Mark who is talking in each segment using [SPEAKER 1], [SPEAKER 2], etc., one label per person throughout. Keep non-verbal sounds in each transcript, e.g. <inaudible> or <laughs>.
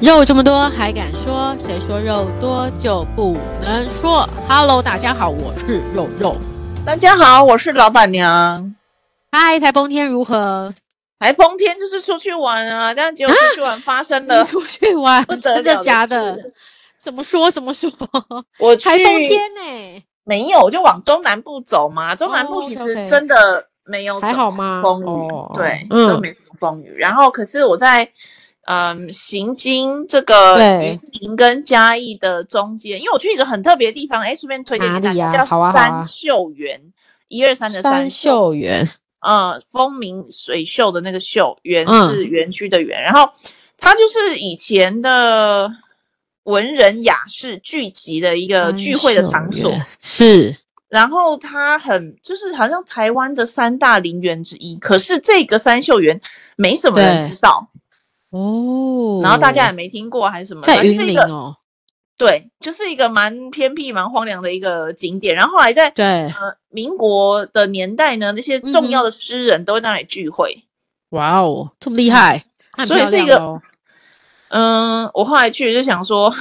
[SPEAKER 1] 肉这么多还敢说？谁说肉多就不能说？Hello，大家好，我是肉肉。
[SPEAKER 2] 大家好，我是老板娘。
[SPEAKER 1] 嗨，台风天如何？
[SPEAKER 2] 台风天就是出去玩啊，但结果出去玩发生了，
[SPEAKER 1] 你出去玩
[SPEAKER 2] 不，得
[SPEAKER 1] 真
[SPEAKER 2] 了
[SPEAKER 1] 的
[SPEAKER 2] 的
[SPEAKER 1] 假
[SPEAKER 2] 事
[SPEAKER 1] 的？怎么说怎么说？
[SPEAKER 2] 我去
[SPEAKER 1] 台风天呢、
[SPEAKER 2] 没有，我就往中南部走嘛。中南
[SPEAKER 1] 哦
[SPEAKER 2] 部其
[SPEAKER 1] ，OK，OK
[SPEAKER 2] 实真的没有什
[SPEAKER 1] 还
[SPEAKER 2] 么
[SPEAKER 1] 好吗？
[SPEAKER 2] 风雨，
[SPEAKER 1] 哦
[SPEAKER 2] 对，都
[SPEAKER 1] 嗯，
[SPEAKER 2] 没什么风雨。然后可是我在嗯行经这个
[SPEAKER 1] 对
[SPEAKER 2] 云林跟嘉义的中间，因为我去一个很特别的地方，哎，顺便推荐给
[SPEAKER 1] 哪
[SPEAKER 2] 大
[SPEAKER 1] 里
[SPEAKER 2] 家，
[SPEAKER 1] 呀好啊
[SPEAKER 2] 叫
[SPEAKER 1] 好啊
[SPEAKER 2] 三秀园，一二三的
[SPEAKER 1] 山
[SPEAKER 2] 三
[SPEAKER 1] 秀园，
[SPEAKER 2] 呃，风明水秀的那个秀，园
[SPEAKER 1] 嗯
[SPEAKER 2] 是园区的园，然后它就是以前的文人雅士聚集的一个聚会的场
[SPEAKER 1] 嗯山秀
[SPEAKER 2] 所，
[SPEAKER 1] 园是
[SPEAKER 2] 然后它很就是好像台湾的三大陵园之一，可是这个三秀园没什么人
[SPEAKER 1] 对
[SPEAKER 2] 知道，
[SPEAKER 1] 哦。
[SPEAKER 2] 然后大家也没听过还是什么，
[SPEAKER 1] 在
[SPEAKER 2] 反正
[SPEAKER 1] 云
[SPEAKER 2] 是一
[SPEAKER 1] 林
[SPEAKER 2] 个
[SPEAKER 1] 哦，
[SPEAKER 2] 对，就是一个蛮偏僻、蛮荒凉的一个景点，然后后来在
[SPEAKER 1] 对，嗯
[SPEAKER 2] 呃民国的年代呢，那些重要的诗人都会在那里聚会。
[SPEAKER 1] 哇哦，这么厉害，那很
[SPEAKER 2] 所以
[SPEAKER 1] 漂
[SPEAKER 2] 是一
[SPEAKER 1] 亮哦
[SPEAKER 2] 个
[SPEAKER 1] 咯
[SPEAKER 2] 嗯，我后来去就想说，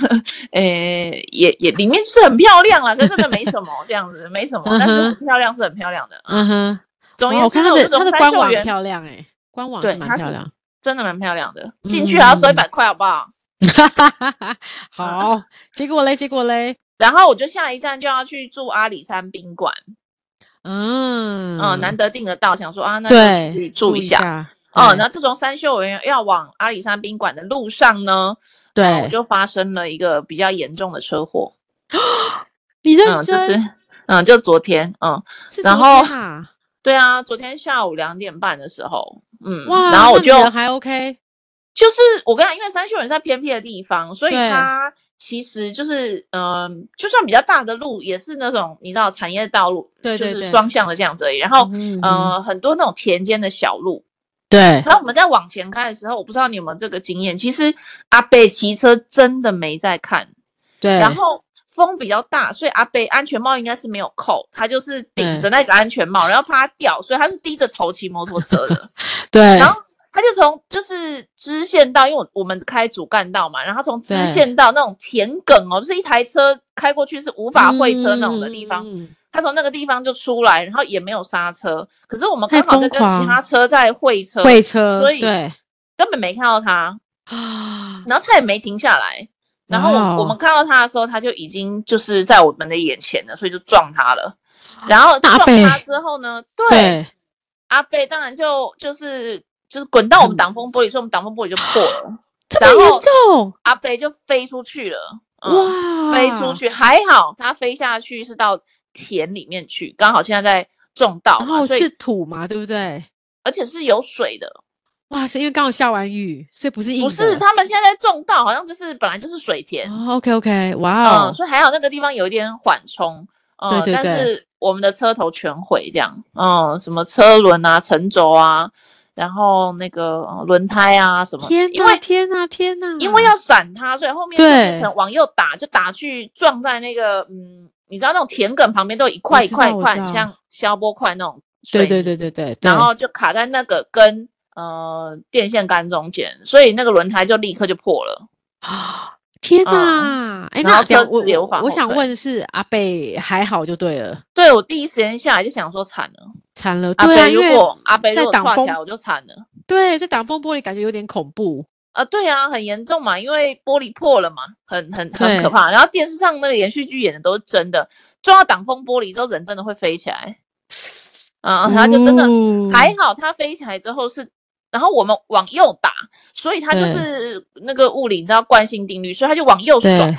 [SPEAKER 2] 诶、也也里面就是很漂亮啦，可是真的没什么这样子，没什么，但是
[SPEAKER 1] 嗯哼
[SPEAKER 2] 很漂亮是很漂亮的。
[SPEAKER 1] 嗯哼，
[SPEAKER 2] 总而
[SPEAKER 1] 哇
[SPEAKER 2] 言
[SPEAKER 1] 我
[SPEAKER 2] 之
[SPEAKER 1] 看
[SPEAKER 2] 呢，
[SPEAKER 1] 它
[SPEAKER 2] 我
[SPEAKER 1] 的
[SPEAKER 2] 这
[SPEAKER 1] 它的
[SPEAKER 2] 种三
[SPEAKER 1] 官
[SPEAKER 2] 秀
[SPEAKER 1] 网很
[SPEAKER 2] 园
[SPEAKER 1] 漂亮哎、官网
[SPEAKER 2] 对
[SPEAKER 1] 是蛮
[SPEAKER 2] 它
[SPEAKER 1] 漂
[SPEAKER 2] 是
[SPEAKER 1] 亮。 <laughs>
[SPEAKER 2] 真的蛮漂亮的，
[SPEAKER 1] 嗯
[SPEAKER 2] 进去还要收一百块，好不好？
[SPEAKER 1] 好，结果嘞，结果嘞，
[SPEAKER 2] 然后我就下一站就要去住阿里山宾馆，
[SPEAKER 1] 嗯
[SPEAKER 2] 嗯，难得订得到，想说啊，那
[SPEAKER 1] 对
[SPEAKER 2] 就去住一
[SPEAKER 1] 下
[SPEAKER 2] 下。，哦，
[SPEAKER 1] 对
[SPEAKER 2] 那这从三秀园要往阿里山宾馆的路上呢，呃我
[SPEAKER 1] 对，
[SPEAKER 2] 就发生了一个比较严重的车祸，
[SPEAKER 1] 你认
[SPEAKER 2] 嗯，就
[SPEAKER 1] 真
[SPEAKER 2] 是，嗯，就昨天，嗯。
[SPEAKER 1] 是
[SPEAKER 2] 然
[SPEAKER 1] 昨天
[SPEAKER 2] 后
[SPEAKER 1] 啊
[SPEAKER 2] 对啊，昨天下午两点半的时候，嗯，
[SPEAKER 1] 哇，
[SPEAKER 2] 然后我
[SPEAKER 1] 那你
[SPEAKER 2] 就
[SPEAKER 1] 人还 OK，
[SPEAKER 2] 就是我跟你讲，因为三秀人在偏僻的地方，所以
[SPEAKER 1] 对
[SPEAKER 2] 它其实就是嗯、就算比较大的路，也是那种你知道产业道路，
[SPEAKER 1] 对对
[SPEAKER 2] 就是
[SPEAKER 1] 对
[SPEAKER 2] 双向的这样子而已。然后、
[SPEAKER 1] 嗯嗯
[SPEAKER 2] 呃，很多那种田间的小路。
[SPEAKER 1] 对，
[SPEAKER 2] 然后我们在往前开的时候，我不知道你有没有这个经验，其实阿贝骑车真的没在看，
[SPEAKER 1] 对，
[SPEAKER 2] 然后。风比较大，所以阿贝安全帽应该是没有扣，他就是
[SPEAKER 1] 对
[SPEAKER 2] 顶着那个安全
[SPEAKER 1] 嗯
[SPEAKER 2] 帽，然后怕它掉，所以他是低着头骑摩托车
[SPEAKER 1] <laughs>
[SPEAKER 2] 的。
[SPEAKER 1] 对，
[SPEAKER 2] 然后他就从就是支线道，因为我我们开主干道嘛，然后从支
[SPEAKER 1] 对
[SPEAKER 2] 线道那种田埂哦，就是一台车开过去是无法会车那种的地方，
[SPEAKER 1] 嗯，
[SPEAKER 2] 他从那个地方就出来，然后也没有刹车，可是我们
[SPEAKER 1] 太
[SPEAKER 2] 刚好在
[SPEAKER 1] 疯
[SPEAKER 2] 跟其
[SPEAKER 1] 狂
[SPEAKER 2] 他车在会车，
[SPEAKER 1] 会车，
[SPEAKER 2] 所以
[SPEAKER 1] 对
[SPEAKER 2] 根本没看到他，
[SPEAKER 1] 啊，
[SPEAKER 2] 然后他也没停下来。然后
[SPEAKER 1] 哇哦
[SPEAKER 2] 我我们看到他的时候，他就已经就是在我们的眼前了，所以就撞他了。然后
[SPEAKER 1] 大
[SPEAKER 2] 撞
[SPEAKER 1] 背
[SPEAKER 2] 他之后呢，对，
[SPEAKER 1] 对，
[SPEAKER 2] 阿贝当然就就是就是滚到我们
[SPEAKER 1] 嗯
[SPEAKER 2] 挡风玻璃，所以我们挡风玻璃就
[SPEAKER 1] <gasps>
[SPEAKER 2] 破了，
[SPEAKER 1] 这
[SPEAKER 2] 然
[SPEAKER 1] 么严
[SPEAKER 2] 后
[SPEAKER 1] 重
[SPEAKER 2] 阿贝就飞出去了，嗯，
[SPEAKER 1] 哇，
[SPEAKER 2] 飞出，去还好，他飞下去是到田里面去，刚好现在在种稻
[SPEAKER 1] 然
[SPEAKER 2] 嘛，
[SPEAKER 1] 后
[SPEAKER 2] 所
[SPEAKER 1] 哦是
[SPEAKER 2] 以
[SPEAKER 1] 土嘛，对不对？
[SPEAKER 2] 而且是有水的，
[SPEAKER 1] 哇，是因为刚好下完雨，所以不是硬哦
[SPEAKER 2] 不是他们现在在种稻，好像就是本来就是水田，
[SPEAKER 1] OK OK，哇
[SPEAKER 2] 嗯，
[SPEAKER 1] 哦，
[SPEAKER 2] 所以还好那个地方有一点缓冲，嗯，
[SPEAKER 1] 对对
[SPEAKER 2] 但
[SPEAKER 1] 对
[SPEAKER 2] 是我们的车头全毁，这样，嗯，什么车轮啊、沉轴啊，然后那个呃轮胎啊什么，
[SPEAKER 1] 天
[SPEAKER 2] 因为
[SPEAKER 1] 呐，天呐，天呐！
[SPEAKER 2] 因为要闪它，所以后面就
[SPEAKER 1] 对
[SPEAKER 2] 变成往右打，就打去撞在那个嗯，你知道那种田埂旁边都有一块
[SPEAKER 1] 我
[SPEAKER 2] 一
[SPEAKER 1] 知道
[SPEAKER 2] 块一
[SPEAKER 1] 我
[SPEAKER 2] 块，
[SPEAKER 1] 知道
[SPEAKER 2] 很像消波块那种。
[SPEAKER 1] 对对，对对对，对
[SPEAKER 2] 然后就卡在那个跟呃电线杆中间，所以那个轮胎就立刻就破了。
[SPEAKER 1] 啊，天呐！哎，
[SPEAKER 2] 嗯然
[SPEAKER 1] 那
[SPEAKER 2] 后
[SPEAKER 1] 等
[SPEAKER 2] 车
[SPEAKER 1] 下我
[SPEAKER 2] 子也
[SPEAKER 1] 我
[SPEAKER 2] 无法
[SPEAKER 1] 我
[SPEAKER 2] 后
[SPEAKER 1] 想
[SPEAKER 2] 退
[SPEAKER 1] 问是阿贝还好就对了，
[SPEAKER 2] 对我第一时间下来就想说惨了，
[SPEAKER 1] 惨了，
[SPEAKER 2] 阿
[SPEAKER 1] 对啊，
[SPEAKER 2] 北
[SPEAKER 1] 因
[SPEAKER 2] 如
[SPEAKER 1] 为
[SPEAKER 2] 果阿北
[SPEAKER 1] 在
[SPEAKER 2] 如果
[SPEAKER 1] 挡
[SPEAKER 2] 撞起
[SPEAKER 1] 风
[SPEAKER 2] 来我就惨了。
[SPEAKER 1] 对在挡风玻璃感觉有点恐怖，
[SPEAKER 2] 呃，对啊，很严重嘛，因为玻璃破了嘛，很很很
[SPEAKER 1] 对
[SPEAKER 2] 可怕。然后电视上那个连续剧演的都是真的，撞到挡风玻璃之后，人真的会飞起来。啊、他就真的
[SPEAKER 1] 哦
[SPEAKER 2] 还好，它飞起来之后是，然后我们往右打，所以它就
[SPEAKER 1] 对
[SPEAKER 2] 是那个物理，你知道惯性定律，所以它就往右
[SPEAKER 1] 对
[SPEAKER 2] 甩，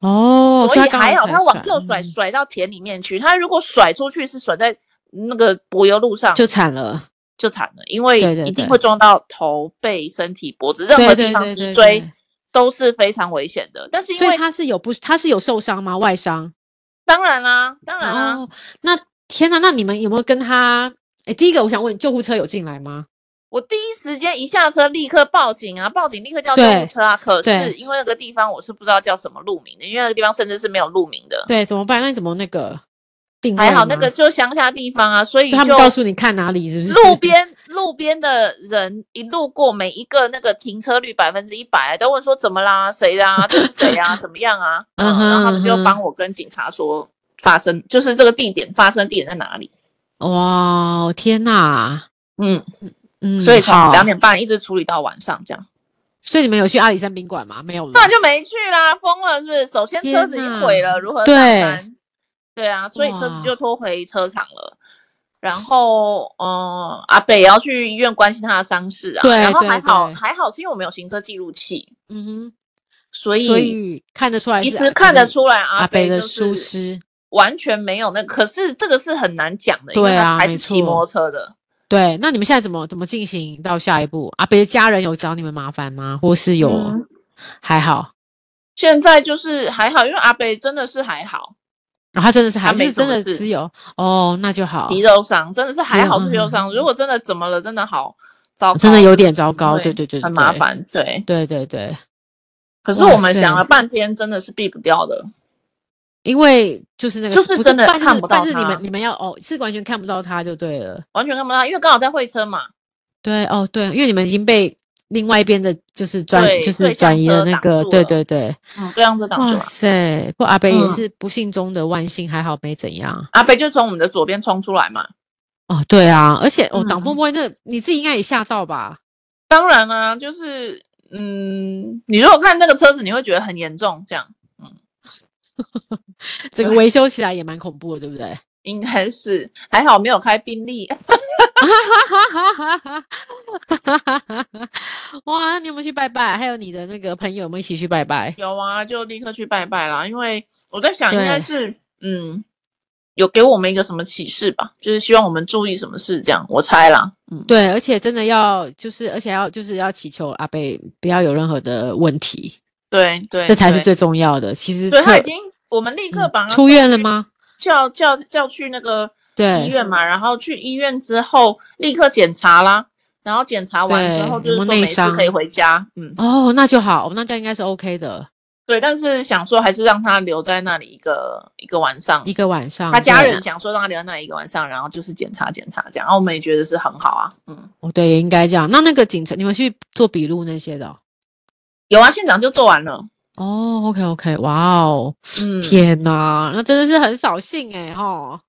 [SPEAKER 1] 哦，
[SPEAKER 2] 所以
[SPEAKER 1] 他
[SPEAKER 2] 还好它往右
[SPEAKER 1] 甩
[SPEAKER 2] 甩，
[SPEAKER 1] 嗯
[SPEAKER 2] 甩到田里面去。它如果甩出去是甩在那个柏油路上，
[SPEAKER 1] 就
[SPEAKER 2] 就
[SPEAKER 1] 惨了，
[SPEAKER 2] 就惨了，因为
[SPEAKER 1] 对对
[SPEAKER 2] 一定
[SPEAKER 1] 对
[SPEAKER 2] 会撞到头、背、身体、脖子，任
[SPEAKER 1] 对
[SPEAKER 2] 何
[SPEAKER 1] 对
[SPEAKER 2] 地方
[SPEAKER 1] 对
[SPEAKER 2] 脊
[SPEAKER 1] 对
[SPEAKER 2] 椎
[SPEAKER 1] 对
[SPEAKER 2] 都是非常危险的。但是因
[SPEAKER 1] 所以
[SPEAKER 2] 为
[SPEAKER 1] 他是有不他是有受伤吗？外伤？
[SPEAKER 2] 当然啦，当然啊啦，
[SPEAKER 1] 哦，那天呐，那你们有没有跟他？哎，第一个我想问，救护车有进来吗？
[SPEAKER 2] 我第一时间一下车立刻报警啊，报警立刻叫救
[SPEAKER 1] 对
[SPEAKER 2] 护车啊。可
[SPEAKER 1] 对
[SPEAKER 2] 是因为那个地方我是不知道叫什么路名的，因为那个地方甚至是没有路名的。
[SPEAKER 1] 对，怎么办？那你怎么那个？定位
[SPEAKER 2] 呃还好那
[SPEAKER 1] 吗
[SPEAKER 2] 个就乡下地方啊，所以
[SPEAKER 1] 就他们
[SPEAKER 2] 就
[SPEAKER 1] 告诉你看哪里，是不是？
[SPEAKER 2] 路边路边的人一路过，每一个那个停车率百分之一百，都问说怎么啦，
[SPEAKER 1] <laughs>
[SPEAKER 2] 谁啦，这是谁啊，怎么样啊？嗯，
[SPEAKER 1] 嗯哼
[SPEAKER 2] 然后他们
[SPEAKER 1] 嗯
[SPEAKER 2] 就
[SPEAKER 1] 哼
[SPEAKER 2] 帮我跟警察说发生，就是这个地点发生地点在哪里。
[SPEAKER 1] 哇，天哪！
[SPEAKER 2] 嗯，
[SPEAKER 1] 嗯，
[SPEAKER 2] 所以从
[SPEAKER 1] 好，
[SPEAKER 2] 两点半一直处理到晚上这样，
[SPEAKER 1] 所以你们有去阿里山宾馆吗？没有吗
[SPEAKER 2] 那就没去啦，疯了是不是？首先
[SPEAKER 1] 天
[SPEAKER 2] 车子已
[SPEAKER 1] 哪
[SPEAKER 2] 经毁了，如何上
[SPEAKER 1] 对
[SPEAKER 2] 班？对啊，所以车
[SPEAKER 1] 哇
[SPEAKER 2] 子就拖回车场了。然后，嗯，阿北也要去医院关心他的伤势啊。
[SPEAKER 1] 对
[SPEAKER 2] 然后
[SPEAKER 1] 对
[SPEAKER 2] 还好
[SPEAKER 1] 对
[SPEAKER 2] 还好是因为我们有行车记录器，
[SPEAKER 1] 嗯
[SPEAKER 2] 所
[SPEAKER 1] 哼，
[SPEAKER 2] 以
[SPEAKER 1] 所以看得出来是
[SPEAKER 2] 其
[SPEAKER 1] 阿北的，
[SPEAKER 2] 实看得出来
[SPEAKER 1] 阿
[SPEAKER 2] 阿
[SPEAKER 1] 北
[SPEAKER 2] 北
[SPEAKER 1] 的
[SPEAKER 2] 就
[SPEAKER 1] 疏
[SPEAKER 2] 是
[SPEAKER 1] 失。
[SPEAKER 2] 完全没有那个，可是这个是很难讲的，因
[SPEAKER 1] 对
[SPEAKER 2] 为
[SPEAKER 1] 啊
[SPEAKER 2] 他还
[SPEAKER 1] 没
[SPEAKER 2] 是骑
[SPEAKER 1] 错
[SPEAKER 2] 摩托车的。
[SPEAKER 1] 对，那你们现在怎么怎么进行到下一步？阿北的家人有找你们麻烦吗？或是有、
[SPEAKER 2] 嗯
[SPEAKER 1] 还好？
[SPEAKER 2] 现在就是还好，因为阿北真的是还好，
[SPEAKER 1] 然后他真的是还
[SPEAKER 2] 他没
[SPEAKER 1] 是真
[SPEAKER 2] 什么
[SPEAKER 1] 的
[SPEAKER 2] 事
[SPEAKER 1] 只有哦，那就好，
[SPEAKER 2] 皮肉伤真的是还好
[SPEAKER 1] 嗯
[SPEAKER 2] 是皮肉伤，如果真的怎么了，真的好糟糕，
[SPEAKER 1] 真的有点糟糕。对
[SPEAKER 2] 对
[SPEAKER 1] 对对，对
[SPEAKER 2] 很麻。烦。对，
[SPEAKER 1] 对对对，
[SPEAKER 2] 可是
[SPEAKER 1] 哇
[SPEAKER 2] 我们
[SPEAKER 1] 塞
[SPEAKER 2] 想了半天，真的是避不掉的。
[SPEAKER 1] 因为就是那个
[SPEAKER 2] 就是
[SPEAKER 1] 不
[SPEAKER 2] 真的
[SPEAKER 1] 半日
[SPEAKER 2] 看不到
[SPEAKER 1] 半日你们
[SPEAKER 2] 他
[SPEAKER 1] 你们要哦是完全看不到他就对了。
[SPEAKER 2] 完全看不到，因为刚好在会车嘛，
[SPEAKER 1] 对哦对，因为你们已经被另外一边的就是转
[SPEAKER 2] 对
[SPEAKER 1] 就是
[SPEAKER 2] 对
[SPEAKER 1] 转
[SPEAKER 2] 向
[SPEAKER 1] 移了
[SPEAKER 2] 车
[SPEAKER 1] 那
[SPEAKER 2] 挡
[SPEAKER 1] 个
[SPEAKER 2] 住
[SPEAKER 1] 对
[SPEAKER 2] 了
[SPEAKER 1] 对对，
[SPEAKER 2] 嗯，这样子挡住
[SPEAKER 1] 哇
[SPEAKER 2] 了。
[SPEAKER 1] 塞！不过阿北也
[SPEAKER 2] 嗯
[SPEAKER 1] 是不幸中的万幸，还好没怎样。
[SPEAKER 2] 阿北就从我们的左边冲出来嘛，
[SPEAKER 1] 哦，对啊，而且哦，挡
[SPEAKER 2] 嗯
[SPEAKER 1] 风玻璃这个你自己应该也吓到吧？
[SPEAKER 2] 当然啊，就是嗯，你如果看这个车子，你会觉得很严重，这样
[SPEAKER 1] 这个
[SPEAKER 2] 对
[SPEAKER 1] 维修起来也蛮恐怖的，对不对？ <laughs>
[SPEAKER 2] 应该是还好没有开宾利，
[SPEAKER 1] 哇，你有没有去拜拜？还有你的那个朋友有没有一起去拜拜？
[SPEAKER 2] 有啊，就立刻去拜拜啦。因为我在想，应
[SPEAKER 1] 对
[SPEAKER 2] 该是嗯，有给我们一个什么启示吧，就是希望我们注意什么事，这样我猜啦。嗯，
[SPEAKER 1] 对，而且真的要就是，而且要就是要祈求阿贝不要有任何的问题，
[SPEAKER 2] 对对，
[SPEAKER 1] 这才是
[SPEAKER 2] 哎对。
[SPEAKER 1] 最重要的。其实
[SPEAKER 2] 对他
[SPEAKER 1] 这
[SPEAKER 2] 已经，我们立刻
[SPEAKER 1] 嗯
[SPEAKER 2] 把他
[SPEAKER 1] 出院了
[SPEAKER 2] 去？
[SPEAKER 1] 吗？
[SPEAKER 2] 叫叫叫去那个医
[SPEAKER 1] 对，
[SPEAKER 2] 院嘛，然后去医院之后立刻检查啦，然后检查完之
[SPEAKER 1] 对
[SPEAKER 2] 后就
[SPEAKER 1] 有没
[SPEAKER 2] 是
[SPEAKER 1] 有
[SPEAKER 2] 说
[SPEAKER 1] 内
[SPEAKER 2] 没事
[SPEAKER 1] 伤
[SPEAKER 2] 可以回家。嗯，
[SPEAKER 1] 哦，那就好，那这样应该是 OK 的。
[SPEAKER 2] 对，但是想说还是让他留在那里一个一个晚上
[SPEAKER 1] 一。个晚上，
[SPEAKER 2] 他家
[SPEAKER 1] 对
[SPEAKER 2] 人想说让他留在那里一个晚上，然后就是检查检查这样，然后我们也觉得是很好啊，嗯，
[SPEAKER 1] 哦，对，也应该这样。那那个警察，你们去做笔录那些的哦？
[SPEAKER 2] 有啊，现场就做完了，
[SPEAKER 1] 哦，OK OK，哇哦，
[SPEAKER 2] 嗯，
[SPEAKER 1] 天哪，那真的是很扫兴哎哈。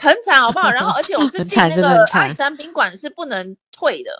[SPEAKER 2] 很惨好不好？然后而且
[SPEAKER 1] <laughs>
[SPEAKER 2] 我是
[SPEAKER 1] 很
[SPEAKER 2] 进
[SPEAKER 1] 惨
[SPEAKER 2] 那
[SPEAKER 1] 真的很
[SPEAKER 2] 个
[SPEAKER 1] 惨
[SPEAKER 2] 阿里山宾馆是不能退的，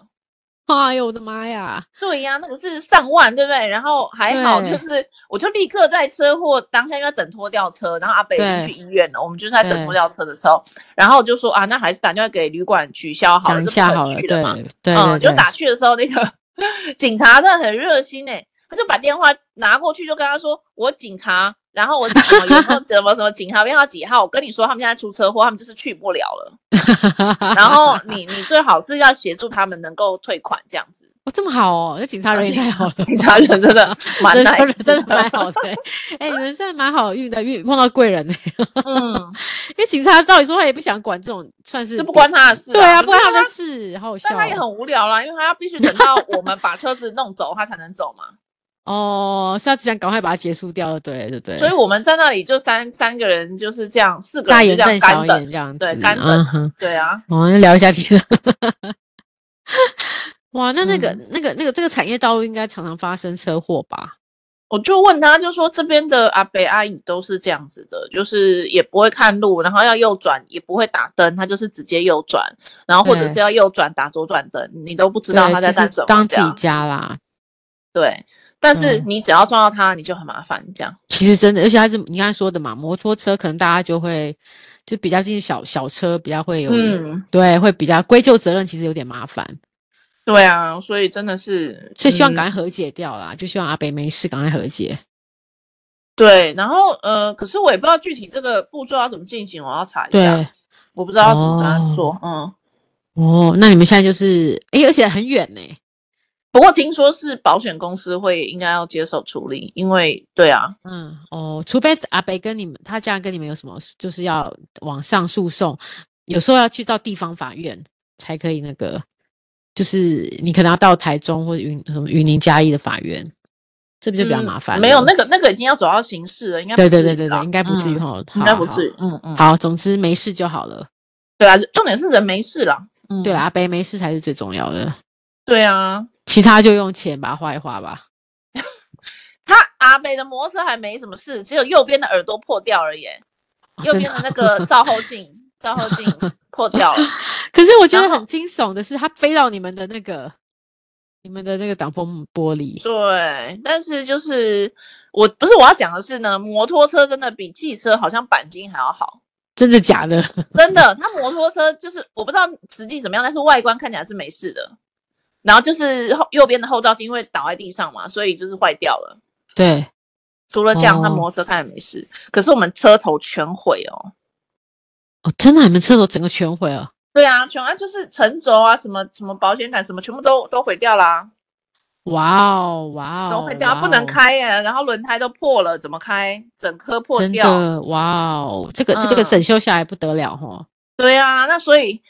[SPEAKER 1] 哎呦我的妈呀！
[SPEAKER 2] 对呀、那个是上万，对不对？然后还好，就
[SPEAKER 1] 对
[SPEAKER 2] 是我就立刻在车祸当下，因为等拖吊车，然后阿北已经
[SPEAKER 1] 对
[SPEAKER 2] 去医院了，我们就是在
[SPEAKER 1] 对
[SPEAKER 2] 等拖吊车的时候，然后我就说啊，那还是打电话给旅馆取消好
[SPEAKER 1] 讲
[SPEAKER 2] 了，
[SPEAKER 1] 一
[SPEAKER 2] 这不
[SPEAKER 1] 下
[SPEAKER 2] 可
[SPEAKER 1] 好了，
[SPEAKER 2] 去
[SPEAKER 1] 对
[SPEAKER 2] 嘛，
[SPEAKER 1] 对对
[SPEAKER 2] 嗯，就
[SPEAKER 1] 对
[SPEAKER 2] 打去的时候，那个 <laughs> 警察真的很热心哎、他就把电话拿过去，就跟他说我警察，然后我什么有没有什么什么警察编号几号，我跟你说他们现在出车祸，他们就是去不了了，然后你你最好是要协助他们能够退款这样子。
[SPEAKER 1] <laughs> 哦这么好哦，这警察人也太好了
[SPEAKER 2] <laughs> 。警察人真的蛮
[SPEAKER 1] 警察 <laughs> 人
[SPEAKER 2] nice，
[SPEAKER 1] 真的蛮好的欸，哎、你们现在蛮好遇的，遇碰到贵人呢、
[SPEAKER 2] <laughs>
[SPEAKER 1] <laughs>
[SPEAKER 2] 嗯，
[SPEAKER 1] 因为警察照理说他也不想管这种，算是
[SPEAKER 2] 就不关他的事啊。
[SPEAKER 1] 对啊，
[SPEAKER 2] 可是
[SPEAKER 1] 不关他
[SPEAKER 2] 他
[SPEAKER 1] 的。事，好好笑
[SPEAKER 2] 但他也
[SPEAKER 1] 哦。
[SPEAKER 2] 很无聊啦，因为他要必须等到我们把车子弄走，他才能走嘛。
[SPEAKER 1] 哦，是要只想赶快把它结束掉，对对对。
[SPEAKER 2] 所以我们在那里就三三个人就是这样，四个
[SPEAKER 1] 大
[SPEAKER 2] 人
[SPEAKER 1] 眼
[SPEAKER 2] 就这
[SPEAKER 1] 瞪
[SPEAKER 2] 样
[SPEAKER 1] 小
[SPEAKER 2] 干
[SPEAKER 1] 眼
[SPEAKER 2] 等。
[SPEAKER 1] 这样子，
[SPEAKER 2] 对干瞪
[SPEAKER 1] 嗯哼，
[SPEAKER 2] 对啊，
[SPEAKER 1] 我们聊一下天。 <laughs> 哇，那那个、
[SPEAKER 2] 嗯
[SPEAKER 1] 那个、那个，这个产业道路应该常常发生车祸吧？
[SPEAKER 2] 我就问他，就说这边的阿伯阿姨都是这样子的，就是也不会看路，然后要右转也不会打灯，他就是直接右转，然后或者
[SPEAKER 1] 对
[SPEAKER 2] 是要右转打左转灯，你都不知
[SPEAKER 1] 对，
[SPEAKER 2] 道他在
[SPEAKER 1] 就
[SPEAKER 2] 干
[SPEAKER 1] 是
[SPEAKER 2] 什么。
[SPEAKER 1] 当自
[SPEAKER 2] 这
[SPEAKER 1] 己
[SPEAKER 2] 样
[SPEAKER 1] 家啦。
[SPEAKER 2] 对，但是
[SPEAKER 1] 嗯
[SPEAKER 2] 你只要撞到他，你就很麻烦这样。
[SPEAKER 1] 其实真的，而且还是你刚才说的嘛，摩托车可能大家就会就比较进小小车，比较会有、
[SPEAKER 2] 嗯，
[SPEAKER 1] 对，会比较归咎责任，其实有点麻烦，
[SPEAKER 2] 对啊，所以真的是，
[SPEAKER 1] 所以希望赶
[SPEAKER 2] 嗯、
[SPEAKER 1] 快和解掉啦，就希望阿北没事，赶快和解。
[SPEAKER 2] 对，然后呃，可是我也不知道具体这个步骤要怎么进行，我要查一
[SPEAKER 1] 对，
[SPEAKER 2] 下，我不知道要怎么跟他做，嗯，
[SPEAKER 1] 哦，那你们现在就是，诶，而且很远呢、
[SPEAKER 2] 不过听说是保险公司会应该要接手处理，因为对啊，
[SPEAKER 1] 嗯，哦，除非阿北跟你们他家人跟你们有什么，就是要往上诉讼，有时候要去到地方法院才可以那个，就是你可能要到台中或者云什么云林嘉义的法院。这不就比较麻烦、
[SPEAKER 2] 嗯没有那个那个已经要走到刑事了，应该不
[SPEAKER 1] 对对
[SPEAKER 2] 至
[SPEAKER 1] 对
[SPEAKER 2] 于
[SPEAKER 1] 对
[SPEAKER 2] 吧
[SPEAKER 1] 对，应该不至于
[SPEAKER 2] 嗯
[SPEAKER 1] 哈，
[SPEAKER 2] 应
[SPEAKER 1] 好
[SPEAKER 2] 该不
[SPEAKER 1] 好
[SPEAKER 2] 至于，嗯嗯，
[SPEAKER 1] 好，总之没事就好了。
[SPEAKER 2] 对啊，重点是人没事啦，嗯
[SPEAKER 1] 对啦，，啊阿北没事才是最重要的，
[SPEAKER 2] 对啊，
[SPEAKER 1] 其他就用钱把它画一画吧。
[SPEAKER 2] <laughs> 他阿北的摩托车还没什么事，只有右边的耳朵破掉而已欸，
[SPEAKER 1] 啊
[SPEAKER 2] 右
[SPEAKER 1] 真
[SPEAKER 2] 边
[SPEAKER 1] 的
[SPEAKER 2] 的那个照后镜，照后镜 <laughs> 破掉了，
[SPEAKER 1] 可是我觉得
[SPEAKER 2] 然后
[SPEAKER 1] 很惊悚的是，它飞到你们的那个、你们的那个挡风玻璃。
[SPEAKER 2] 对，但是就是我不是我要讲的是呢，摩托车真的比汽车好像钣金还要好，
[SPEAKER 1] 真的假的？ <laughs>
[SPEAKER 2] 真的，它摩托车就是我不知道实际怎么样，但是外观看起来是没事的。然后就是后右边的后照镜因为倒在地上嘛，所以就是坏掉了。
[SPEAKER 1] 对，
[SPEAKER 2] 除了这样，他
[SPEAKER 1] 哦
[SPEAKER 2] 摩托车看起来没事，可是我们车头全毁哦。
[SPEAKER 1] 哦，真的，你们厕所整个全毁了。
[SPEAKER 2] 对啊，全啊就是沉轴啊，什么什么保险杆什么，全部都都毁掉啦，
[SPEAKER 1] 哇哦，哇哦，
[SPEAKER 2] 都毁掉，
[SPEAKER 1] 哇
[SPEAKER 2] 不能
[SPEAKER 1] 哦，
[SPEAKER 2] 开耶、然后轮胎都破了，怎么开？整颗破
[SPEAKER 1] 真
[SPEAKER 2] 掉。
[SPEAKER 1] 的，哇哦，这个这个
[SPEAKER 2] 嗯
[SPEAKER 1] 整修下来不得了哦。
[SPEAKER 2] 对啊，那所以，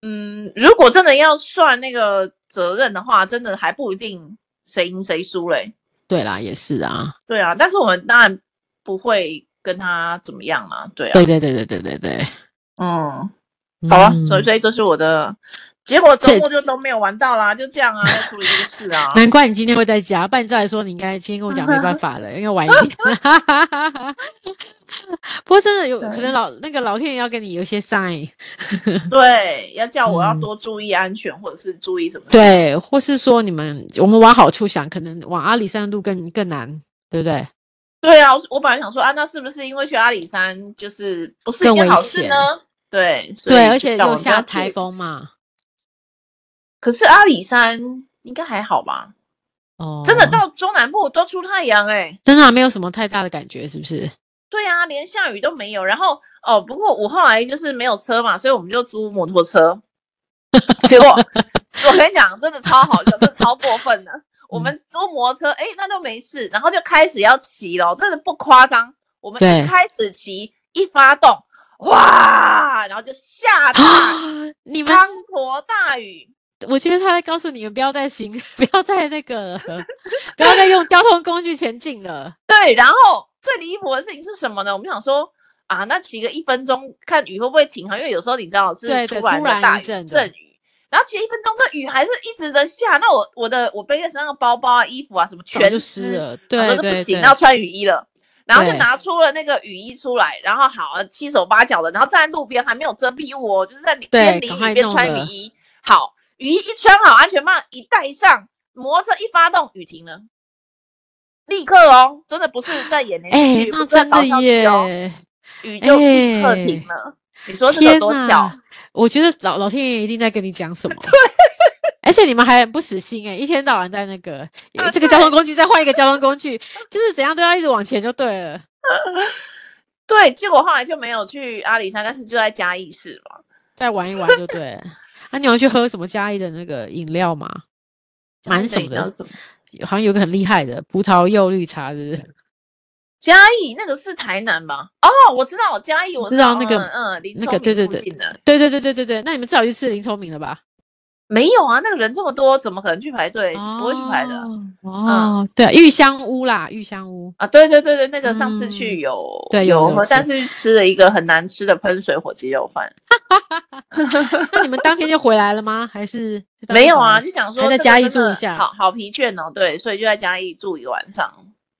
[SPEAKER 2] 嗯，如果真的要算那个责任的话，真的还不一定谁赢谁输嘞。
[SPEAKER 1] 对啦，也是啊，
[SPEAKER 2] 对啊，但是我们当然不会跟他怎么样啊。对啊，
[SPEAKER 1] 对对对对对对对。
[SPEAKER 2] 嗯。好了，所以
[SPEAKER 1] 嗯
[SPEAKER 2] 所以这是我的结果，周
[SPEAKER 1] 这。
[SPEAKER 2] 末就都没有玩到啦，就这样啊，要处理这个事啊
[SPEAKER 1] 难怪你今天会在家，不然照来说你应该今天跟我讲没办法了，因为晚一点。
[SPEAKER 2] <laughs>
[SPEAKER 1] 不过真的有可能老那个老天爷要跟你有一些 sign，
[SPEAKER 2] 对，要叫我要
[SPEAKER 1] 嗯
[SPEAKER 2] 多注意安全，或者是注意什么？，
[SPEAKER 1] 对，啊或是说你们我们往好处想，可能往阿里山路更更难，对不对？
[SPEAKER 2] 对啊，我我本来想说啊，那是不是因为去阿里山就是不是一
[SPEAKER 1] 更
[SPEAKER 2] 件
[SPEAKER 1] 危
[SPEAKER 2] 好事
[SPEAKER 1] 险
[SPEAKER 2] 呢？对所以
[SPEAKER 1] 对，而
[SPEAKER 2] 就
[SPEAKER 1] 且
[SPEAKER 2] 叫我
[SPEAKER 1] 又
[SPEAKER 2] 们不要
[SPEAKER 1] 下
[SPEAKER 2] 去
[SPEAKER 1] 台，风嘛，
[SPEAKER 2] 可是阿里山应该还好吧？
[SPEAKER 1] 哦，
[SPEAKER 2] 真的到中南部都出太阳哎、
[SPEAKER 1] 真的、啊、没有什么太大的感觉，是不
[SPEAKER 2] <gasps>
[SPEAKER 1] 是？
[SPEAKER 2] 对啊，连下雨都没有。然后哦，不过我后来就是没有车嘛，所以我们就租摩托车。结果我跟你讲，真的超好笑，真的超过分的。我
[SPEAKER 1] 嗯
[SPEAKER 2] 们租摩托车，哎，那都没事，然后就开始要骑咯，真的不夸张。我们
[SPEAKER 1] 对
[SPEAKER 2] 一开始骑，一发动，哇，然后就下大雨，
[SPEAKER 1] 啊你们，
[SPEAKER 2] 滂沱大雨。
[SPEAKER 1] 我觉得他在告诉你们不要再行， <laughs> 不要再那个，不要再用交通工具前进了。
[SPEAKER 2] 对，然后最离谱的事情是什么呢？我们想说啊，那骑个一分钟，看雨会不会停啊？因为有时候你知道是
[SPEAKER 1] 对对
[SPEAKER 2] 突然
[SPEAKER 1] 突
[SPEAKER 2] 的
[SPEAKER 1] 然
[SPEAKER 2] 大
[SPEAKER 1] 一
[SPEAKER 2] 雨
[SPEAKER 1] 阵的
[SPEAKER 2] 阵雨，然后骑一分钟，这雨还是一直的下。那我我的我背在身上的包包啊、衣服啊什么
[SPEAKER 1] 早就湿
[SPEAKER 2] 全湿，
[SPEAKER 1] 了，
[SPEAKER 2] 我
[SPEAKER 1] 对
[SPEAKER 2] 说这不
[SPEAKER 1] 对
[SPEAKER 2] 行，
[SPEAKER 1] 对，
[SPEAKER 2] 要穿雨衣了。然后就
[SPEAKER 1] 对
[SPEAKER 2] 拿出了那个雨衣出来，然后好七手八脚的，然后站在路边还没有遮蔽物哦，就是在里边
[SPEAKER 1] 对
[SPEAKER 2] 淋
[SPEAKER 1] 赶
[SPEAKER 2] 雨
[SPEAKER 1] 快
[SPEAKER 2] 边
[SPEAKER 1] 弄
[SPEAKER 2] 穿雨
[SPEAKER 1] 了
[SPEAKER 2] 衣。好，雨衣一穿好，安全帽一戴上，摩托车一发动，雨停了，立刻哦，真的不是在演连
[SPEAKER 1] 哎、
[SPEAKER 2] 续剧，不
[SPEAKER 1] 那
[SPEAKER 2] 是在
[SPEAKER 1] 真
[SPEAKER 2] 搞
[SPEAKER 1] 的
[SPEAKER 2] 笑剧哦，
[SPEAKER 1] 耶！
[SPEAKER 2] 雨就立刻停
[SPEAKER 1] 哎
[SPEAKER 2] 了。你说这个有
[SPEAKER 1] 天
[SPEAKER 2] 多
[SPEAKER 1] 呐，
[SPEAKER 2] 巧？
[SPEAKER 1] 我觉得老老天爷一定在跟你讲什
[SPEAKER 2] <laughs>
[SPEAKER 1] 么。而且你们还很不死心哎、一天到晚在那个、
[SPEAKER 2] 啊
[SPEAKER 1] 这个交通工具再换一个交通工
[SPEAKER 2] <laughs>
[SPEAKER 1] 具，就是怎样都要一直往前就对了。
[SPEAKER 2] 对，结果后来就没有去阿里山，但是就在嘉义市嘛。
[SPEAKER 1] 再玩一玩就对了。 <laughs> 那、你有去喝什么嘉义的那个饮料吗？蛮什么
[SPEAKER 2] 那个
[SPEAKER 1] 的，
[SPEAKER 2] 叫么？
[SPEAKER 1] 好像有个很厉害的葡萄柚绿茶是不是？
[SPEAKER 2] 嘉义那个是台南吧？哦，我知道嘉义，我
[SPEAKER 1] 知道那个
[SPEAKER 2] 嗯，嗯林
[SPEAKER 1] 那
[SPEAKER 2] 聪
[SPEAKER 1] 个
[SPEAKER 2] 明
[SPEAKER 1] 对对
[SPEAKER 2] 附
[SPEAKER 1] 对
[SPEAKER 2] 近的
[SPEAKER 1] 对对对对对对，那你们至少去吃林聪明了吧？
[SPEAKER 2] 没有啊，那个人这么多，怎么可能去排队？不会去排的嗯
[SPEAKER 1] 哦，哦对，玉香屋啦，玉香屋。
[SPEAKER 2] 啊！对对对对，那个上次
[SPEAKER 1] 嗯
[SPEAKER 2] 去有
[SPEAKER 1] 对有
[SPEAKER 2] 有
[SPEAKER 1] 有
[SPEAKER 2] 和，但
[SPEAKER 1] 吃
[SPEAKER 2] 是去吃了一个很难吃的喷水火鸡肉饭，
[SPEAKER 1] 那你们当天就回来了吗？还是就当天
[SPEAKER 2] 没有
[SPEAKER 1] 回来
[SPEAKER 2] 啊，
[SPEAKER 1] 了？
[SPEAKER 2] 就想说
[SPEAKER 1] 哦还在
[SPEAKER 2] 这个
[SPEAKER 1] 嘉义
[SPEAKER 2] 真
[SPEAKER 1] 住一
[SPEAKER 2] 的
[SPEAKER 1] 下
[SPEAKER 2] 好好疲倦哦，对，所以就在嘉义住一晚上。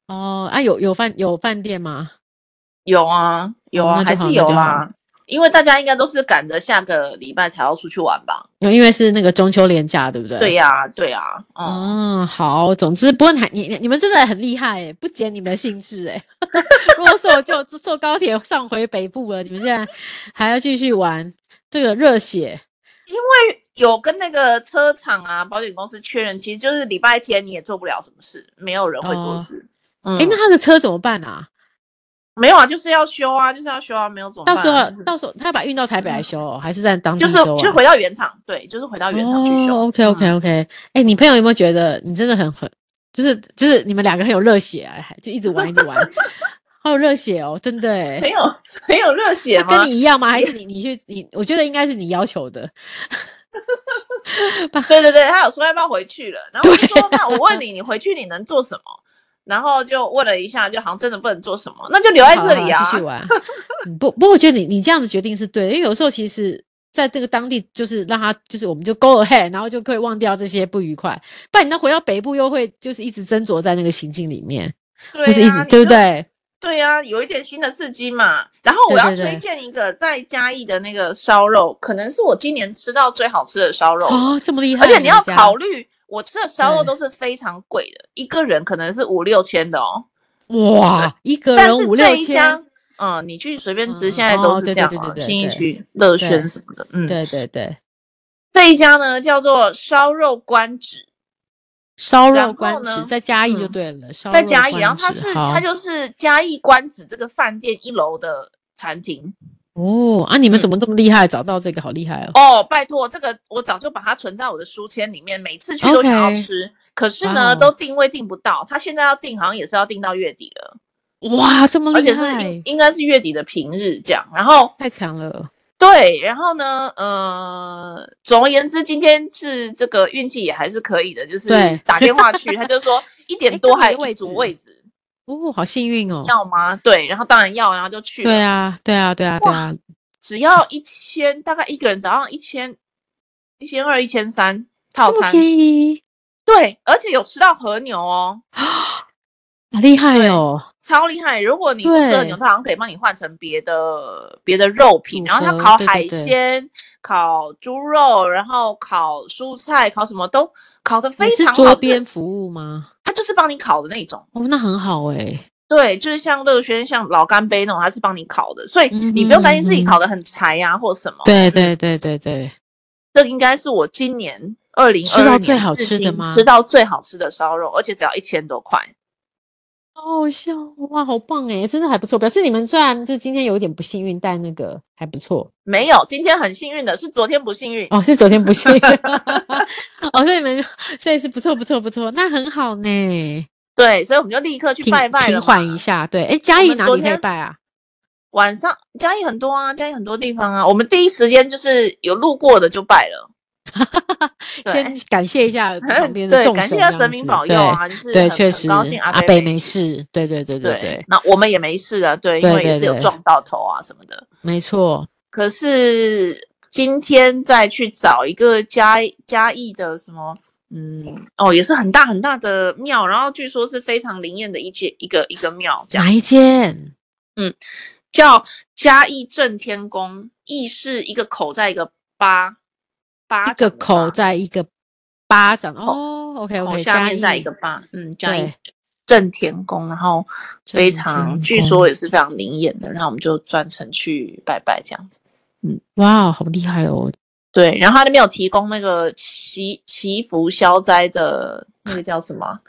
[SPEAKER 1] 哦，啊，有有饭有饭店吗？
[SPEAKER 2] 有啊，有
[SPEAKER 1] 哦
[SPEAKER 2] 啊，
[SPEAKER 1] 那就
[SPEAKER 2] 还是
[SPEAKER 1] 好
[SPEAKER 2] 有
[SPEAKER 1] 那就好
[SPEAKER 2] 啦，因为大家应该都是赶着下个礼拜才要出去玩吧？
[SPEAKER 1] 有，因为是那个中秋连假，对不对？
[SPEAKER 2] 对呀，对呀，嗯。
[SPEAKER 1] 哦，好，总之，不过你还你你你们真的很厉害哎，不减你们的兴致哎。 <laughs> 如果说我就坐坐高铁上回北部了，你们现在还要继续玩这个热血，
[SPEAKER 2] 有跟那个车厂啊、保险公司确认，其实就是礼拜天你也做不了什么事，没有人会做
[SPEAKER 1] 哦
[SPEAKER 2] 事。嗯，
[SPEAKER 1] 哎、那他的车怎么办啊？
[SPEAKER 2] 没有啊，就是要修啊，就是要修啊，没有怎么
[SPEAKER 1] 到
[SPEAKER 2] 办
[SPEAKER 1] 时
[SPEAKER 2] 啊、
[SPEAKER 1] 候到时候他把运到台北来修、哦，还是在当地
[SPEAKER 2] 就是
[SPEAKER 1] 修、啊？
[SPEAKER 2] 就是回到原厂，对，就是回到原厂去修。
[SPEAKER 1] 哦、OK OK
[SPEAKER 2] 嗯
[SPEAKER 1] OK，哎、诶你朋友有没有觉得你真的很很，就是就是你们两个很有热血啊，还就一直玩一直玩，好有热血哦，真的哎、
[SPEAKER 2] 很有很有热血
[SPEAKER 1] 他
[SPEAKER 2] 吗
[SPEAKER 1] 跟？你一样吗？还是你你去你？我觉得应该是你要求的。
[SPEAKER 2] 对对对，他有说要不要回去了，然后我就说那我问你，你回去你能做什么？然后就问了一下，就好像真的不能做什么，那就留在这里啊。
[SPEAKER 1] 继续玩。 <laughs> 嗯不不，我觉得你你这样的决定是对的，因为有时候其实在这个当地就是让他就是我们就 go ahead，然后就可以忘掉这些不愉快，不然你那回到北部又会就是一直斟酌在那个情境里面，
[SPEAKER 2] 对
[SPEAKER 1] 或是一直
[SPEAKER 2] 啊，
[SPEAKER 1] 对
[SPEAKER 2] 你
[SPEAKER 1] 不
[SPEAKER 2] 就？
[SPEAKER 1] 对？
[SPEAKER 2] 对呀，有一点新的刺激嘛。然后我
[SPEAKER 1] 对
[SPEAKER 2] 要
[SPEAKER 1] 对对
[SPEAKER 2] 推荐一个在嘉义的那个烧肉，可能是我今年吃到最好吃的烧肉了。
[SPEAKER 1] 哦，这么厉害，
[SPEAKER 2] 而且你要
[SPEAKER 1] 家
[SPEAKER 2] 考虑，我吃的烧肉
[SPEAKER 1] 对
[SPEAKER 2] 都是非常贵的，一个人可能是五六千的哦。
[SPEAKER 1] 哇，一个
[SPEAKER 2] 但
[SPEAKER 1] 人
[SPEAKER 2] 是
[SPEAKER 1] 五
[SPEAKER 2] 这
[SPEAKER 1] 六
[SPEAKER 2] 一
[SPEAKER 1] 千
[SPEAKER 2] 家，，嗯，你去随便
[SPEAKER 1] 嗯
[SPEAKER 2] 吃，现在
[SPEAKER 1] 哦
[SPEAKER 2] 都是
[SPEAKER 1] 对
[SPEAKER 2] 这
[SPEAKER 1] 对
[SPEAKER 2] 样
[SPEAKER 1] 对
[SPEAKER 2] 啊，
[SPEAKER 1] 对对
[SPEAKER 2] 新一
[SPEAKER 1] 对
[SPEAKER 2] 区、乐
[SPEAKER 1] 对
[SPEAKER 2] 轩什么的。嗯，
[SPEAKER 1] 对对对，
[SPEAKER 2] 这一家呢叫做烧肉官址，
[SPEAKER 1] 烧
[SPEAKER 2] 然
[SPEAKER 1] 肉
[SPEAKER 2] 后
[SPEAKER 1] 官职
[SPEAKER 2] 呢
[SPEAKER 1] 在嘉义就
[SPEAKER 2] 嗯
[SPEAKER 1] 对了，烧
[SPEAKER 2] 在
[SPEAKER 1] 肉
[SPEAKER 2] 嘉义，然后
[SPEAKER 1] 官
[SPEAKER 2] 它
[SPEAKER 1] 职
[SPEAKER 2] 是
[SPEAKER 1] 好
[SPEAKER 2] 它就是嘉义官址这个饭店一楼的餐厅。
[SPEAKER 1] 哦啊，你们
[SPEAKER 2] 嗯
[SPEAKER 1] 怎么这么厉害，找到这个好厉害哦，
[SPEAKER 2] 哦，拜托，这个我早就把它存在我的书签里面，每次去都想要
[SPEAKER 1] OK
[SPEAKER 2] 吃，可是
[SPEAKER 1] 哇哦
[SPEAKER 2] 呢都定位定不到，它现在要定好像也是要定到月底了。
[SPEAKER 1] 哇，这么
[SPEAKER 2] 哦而
[SPEAKER 1] 厉
[SPEAKER 2] 且是
[SPEAKER 1] 害
[SPEAKER 2] 应，应该是月底的平日这样。然后
[SPEAKER 1] 太强了，
[SPEAKER 2] 对，然后呢，呃，总而言之，今天是这个运气也还是可以的，就是
[SPEAKER 1] 对哎
[SPEAKER 2] 打电
[SPEAKER 1] <laughs>
[SPEAKER 2] 话去，他就说一点多
[SPEAKER 1] 刚好
[SPEAKER 2] 还
[SPEAKER 1] 有
[SPEAKER 2] 有一
[SPEAKER 1] 位
[SPEAKER 2] 组
[SPEAKER 1] 置
[SPEAKER 2] 位置，
[SPEAKER 1] 哦，好幸运哦，
[SPEAKER 2] 要吗？对，然后当然要，然后就去了。
[SPEAKER 1] 对啊，对啊，对啊，对
[SPEAKER 2] 哇
[SPEAKER 1] 啊，
[SPEAKER 2] 只要一千，大概一个人早上一千、一千二、一千三套
[SPEAKER 1] 这么
[SPEAKER 2] 餐，
[SPEAKER 1] 便宜，
[SPEAKER 2] 对，而且有吃到和牛哦，
[SPEAKER 1] 好厉害
[SPEAKER 2] 对
[SPEAKER 1] 哦，
[SPEAKER 2] 超厉害！如果你不吃和牛，
[SPEAKER 1] 对
[SPEAKER 2] 它好像可以帮你换成别的别的肉品，
[SPEAKER 1] 组
[SPEAKER 2] 然后它
[SPEAKER 1] 合
[SPEAKER 2] 烤
[SPEAKER 1] 对对
[SPEAKER 2] 海
[SPEAKER 1] 对
[SPEAKER 2] 鲜、烤猪肉，然后烤蔬菜、烤什么都烤的非
[SPEAKER 1] 你是
[SPEAKER 2] 常好。
[SPEAKER 1] 桌
[SPEAKER 2] 就是
[SPEAKER 1] 边服务吗？
[SPEAKER 2] 它就是帮你烤的那种。
[SPEAKER 1] 哦，那很好哎，
[SPEAKER 2] 对，就是像乐轩、像老干杯那种，它是帮你烤的，所以
[SPEAKER 1] 嗯
[SPEAKER 2] 你不用担心
[SPEAKER 1] 哼
[SPEAKER 2] 自己
[SPEAKER 1] 嗯哼
[SPEAKER 2] 烤的很柴呀、或什么。
[SPEAKER 1] 对对对对对，
[SPEAKER 2] 这应该是我今年二零
[SPEAKER 1] 吃
[SPEAKER 2] 二
[SPEAKER 1] 到
[SPEAKER 2] 二
[SPEAKER 1] 最好
[SPEAKER 2] 年至
[SPEAKER 1] 吃的
[SPEAKER 2] 今
[SPEAKER 1] 吗
[SPEAKER 2] 吃到最好吃的烧肉，而且只要一千多块。
[SPEAKER 1] 好好笑哦哇，好棒哎，真的还不错，表示你们虽然就今天有一点不幸运，但那个还不错。
[SPEAKER 2] 没有，今天很幸运的是昨天不幸运。
[SPEAKER 1] 哦，是昨天不幸运 <laughs> 哦，所以你们所以是不错不错不错，那很好呢，
[SPEAKER 2] 对，所以我们就立刻去
[SPEAKER 1] 平
[SPEAKER 2] 拜拜了
[SPEAKER 1] 平
[SPEAKER 2] 嘛。
[SPEAKER 1] 缓一下，对，哎，嘉
[SPEAKER 2] 我
[SPEAKER 1] 义
[SPEAKER 2] 们
[SPEAKER 1] 哪
[SPEAKER 2] 昨
[SPEAKER 1] 里可以
[SPEAKER 2] 天
[SPEAKER 1] 拜啊？
[SPEAKER 2] 晚上嘉义很多啊，嘉义很多地方啊，我们第一时间就是有路过的就拜了，对
[SPEAKER 1] 先感谢一
[SPEAKER 2] <laughs>
[SPEAKER 1] 下旁边的
[SPEAKER 2] 对，
[SPEAKER 1] 众
[SPEAKER 2] 感谢
[SPEAKER 1] 神
[SPEAKER 2] 一下
[SPEAKER 1] 这
[SPEAKER 2] 神
[SPEAKER 1] 样
[SPEAKER 2] 明
[SPEAKER 1] 子
[SPEAKER 2] 保佑啊，就是
[SPEAKER 1] 对对，
[SPEAKER 2] 很
[SPEAKER 1] 确
[SPEAKER 2] 很
[SPEAKER 1] 实，
[SPEAKER 2] 高兴
[SPEAKER 1] 阿
[SPEAKER 2] 北
[SPEAKER 1] 北没
[SPEAKER 2] 事，
[SPEAKER 1] 事，对对对对对
[SPEAKER 2] 对，，那我们也没事啊，对，因
[SPEAKER 1] 对
[SPEAKER 2] 为也
[SPEAKER 1] 对
[SPEAKER 2] 是有
[SPEAKER 1] 对
[SPEAKER 2] 撞到头啊什么的，
[SPEAKER 1] 没错，
[SPEAKER 2] 可是今天再去找一个嘉嘉义的什么。嗯，哦，也是很大很大的庙，然后据说是非常灵验的一间一个一个庙，这样
[SPEAKER 1] 哪一间？
[SPEAKER 2] 叫嘉义正天宫，义是一个口在一个八，八
[SPEAKER 1] 一个
[SPEAKER 2] 掌的
[SPEAKER 1] 口
[SPEAKER 2] 八
[SPEAKER 1] 在一个巴掌哦，OK
[SPEAKER 2] 口
[SPEAKER 1] OK，
[SPEAKER 2] 下
[SPEAKER 1] 嘉
[SPEAKER 2] 面在一
[SPEAKER 1] 义
[SPEAKER 2] 个八，嗯，嘉义
[SPEAKER 1] 对，
[SPEAKER 2] 正天宫，然后非
[SPEAKER 1] 正
[SPEAKER 2] 常
[SPEAKER 1] 天
[SPEAKER 2] 据
[SPEAKER 1] 宫
[SPEAKER 2] 说也是非常灵验的，然后我们就专程去拜拜这样子。
[SPEAKER 1] 哇，好厉害哦，
[SPEAKER 2] 对，然后他那边有提供那个祈祈福消灾的那个叫什么啊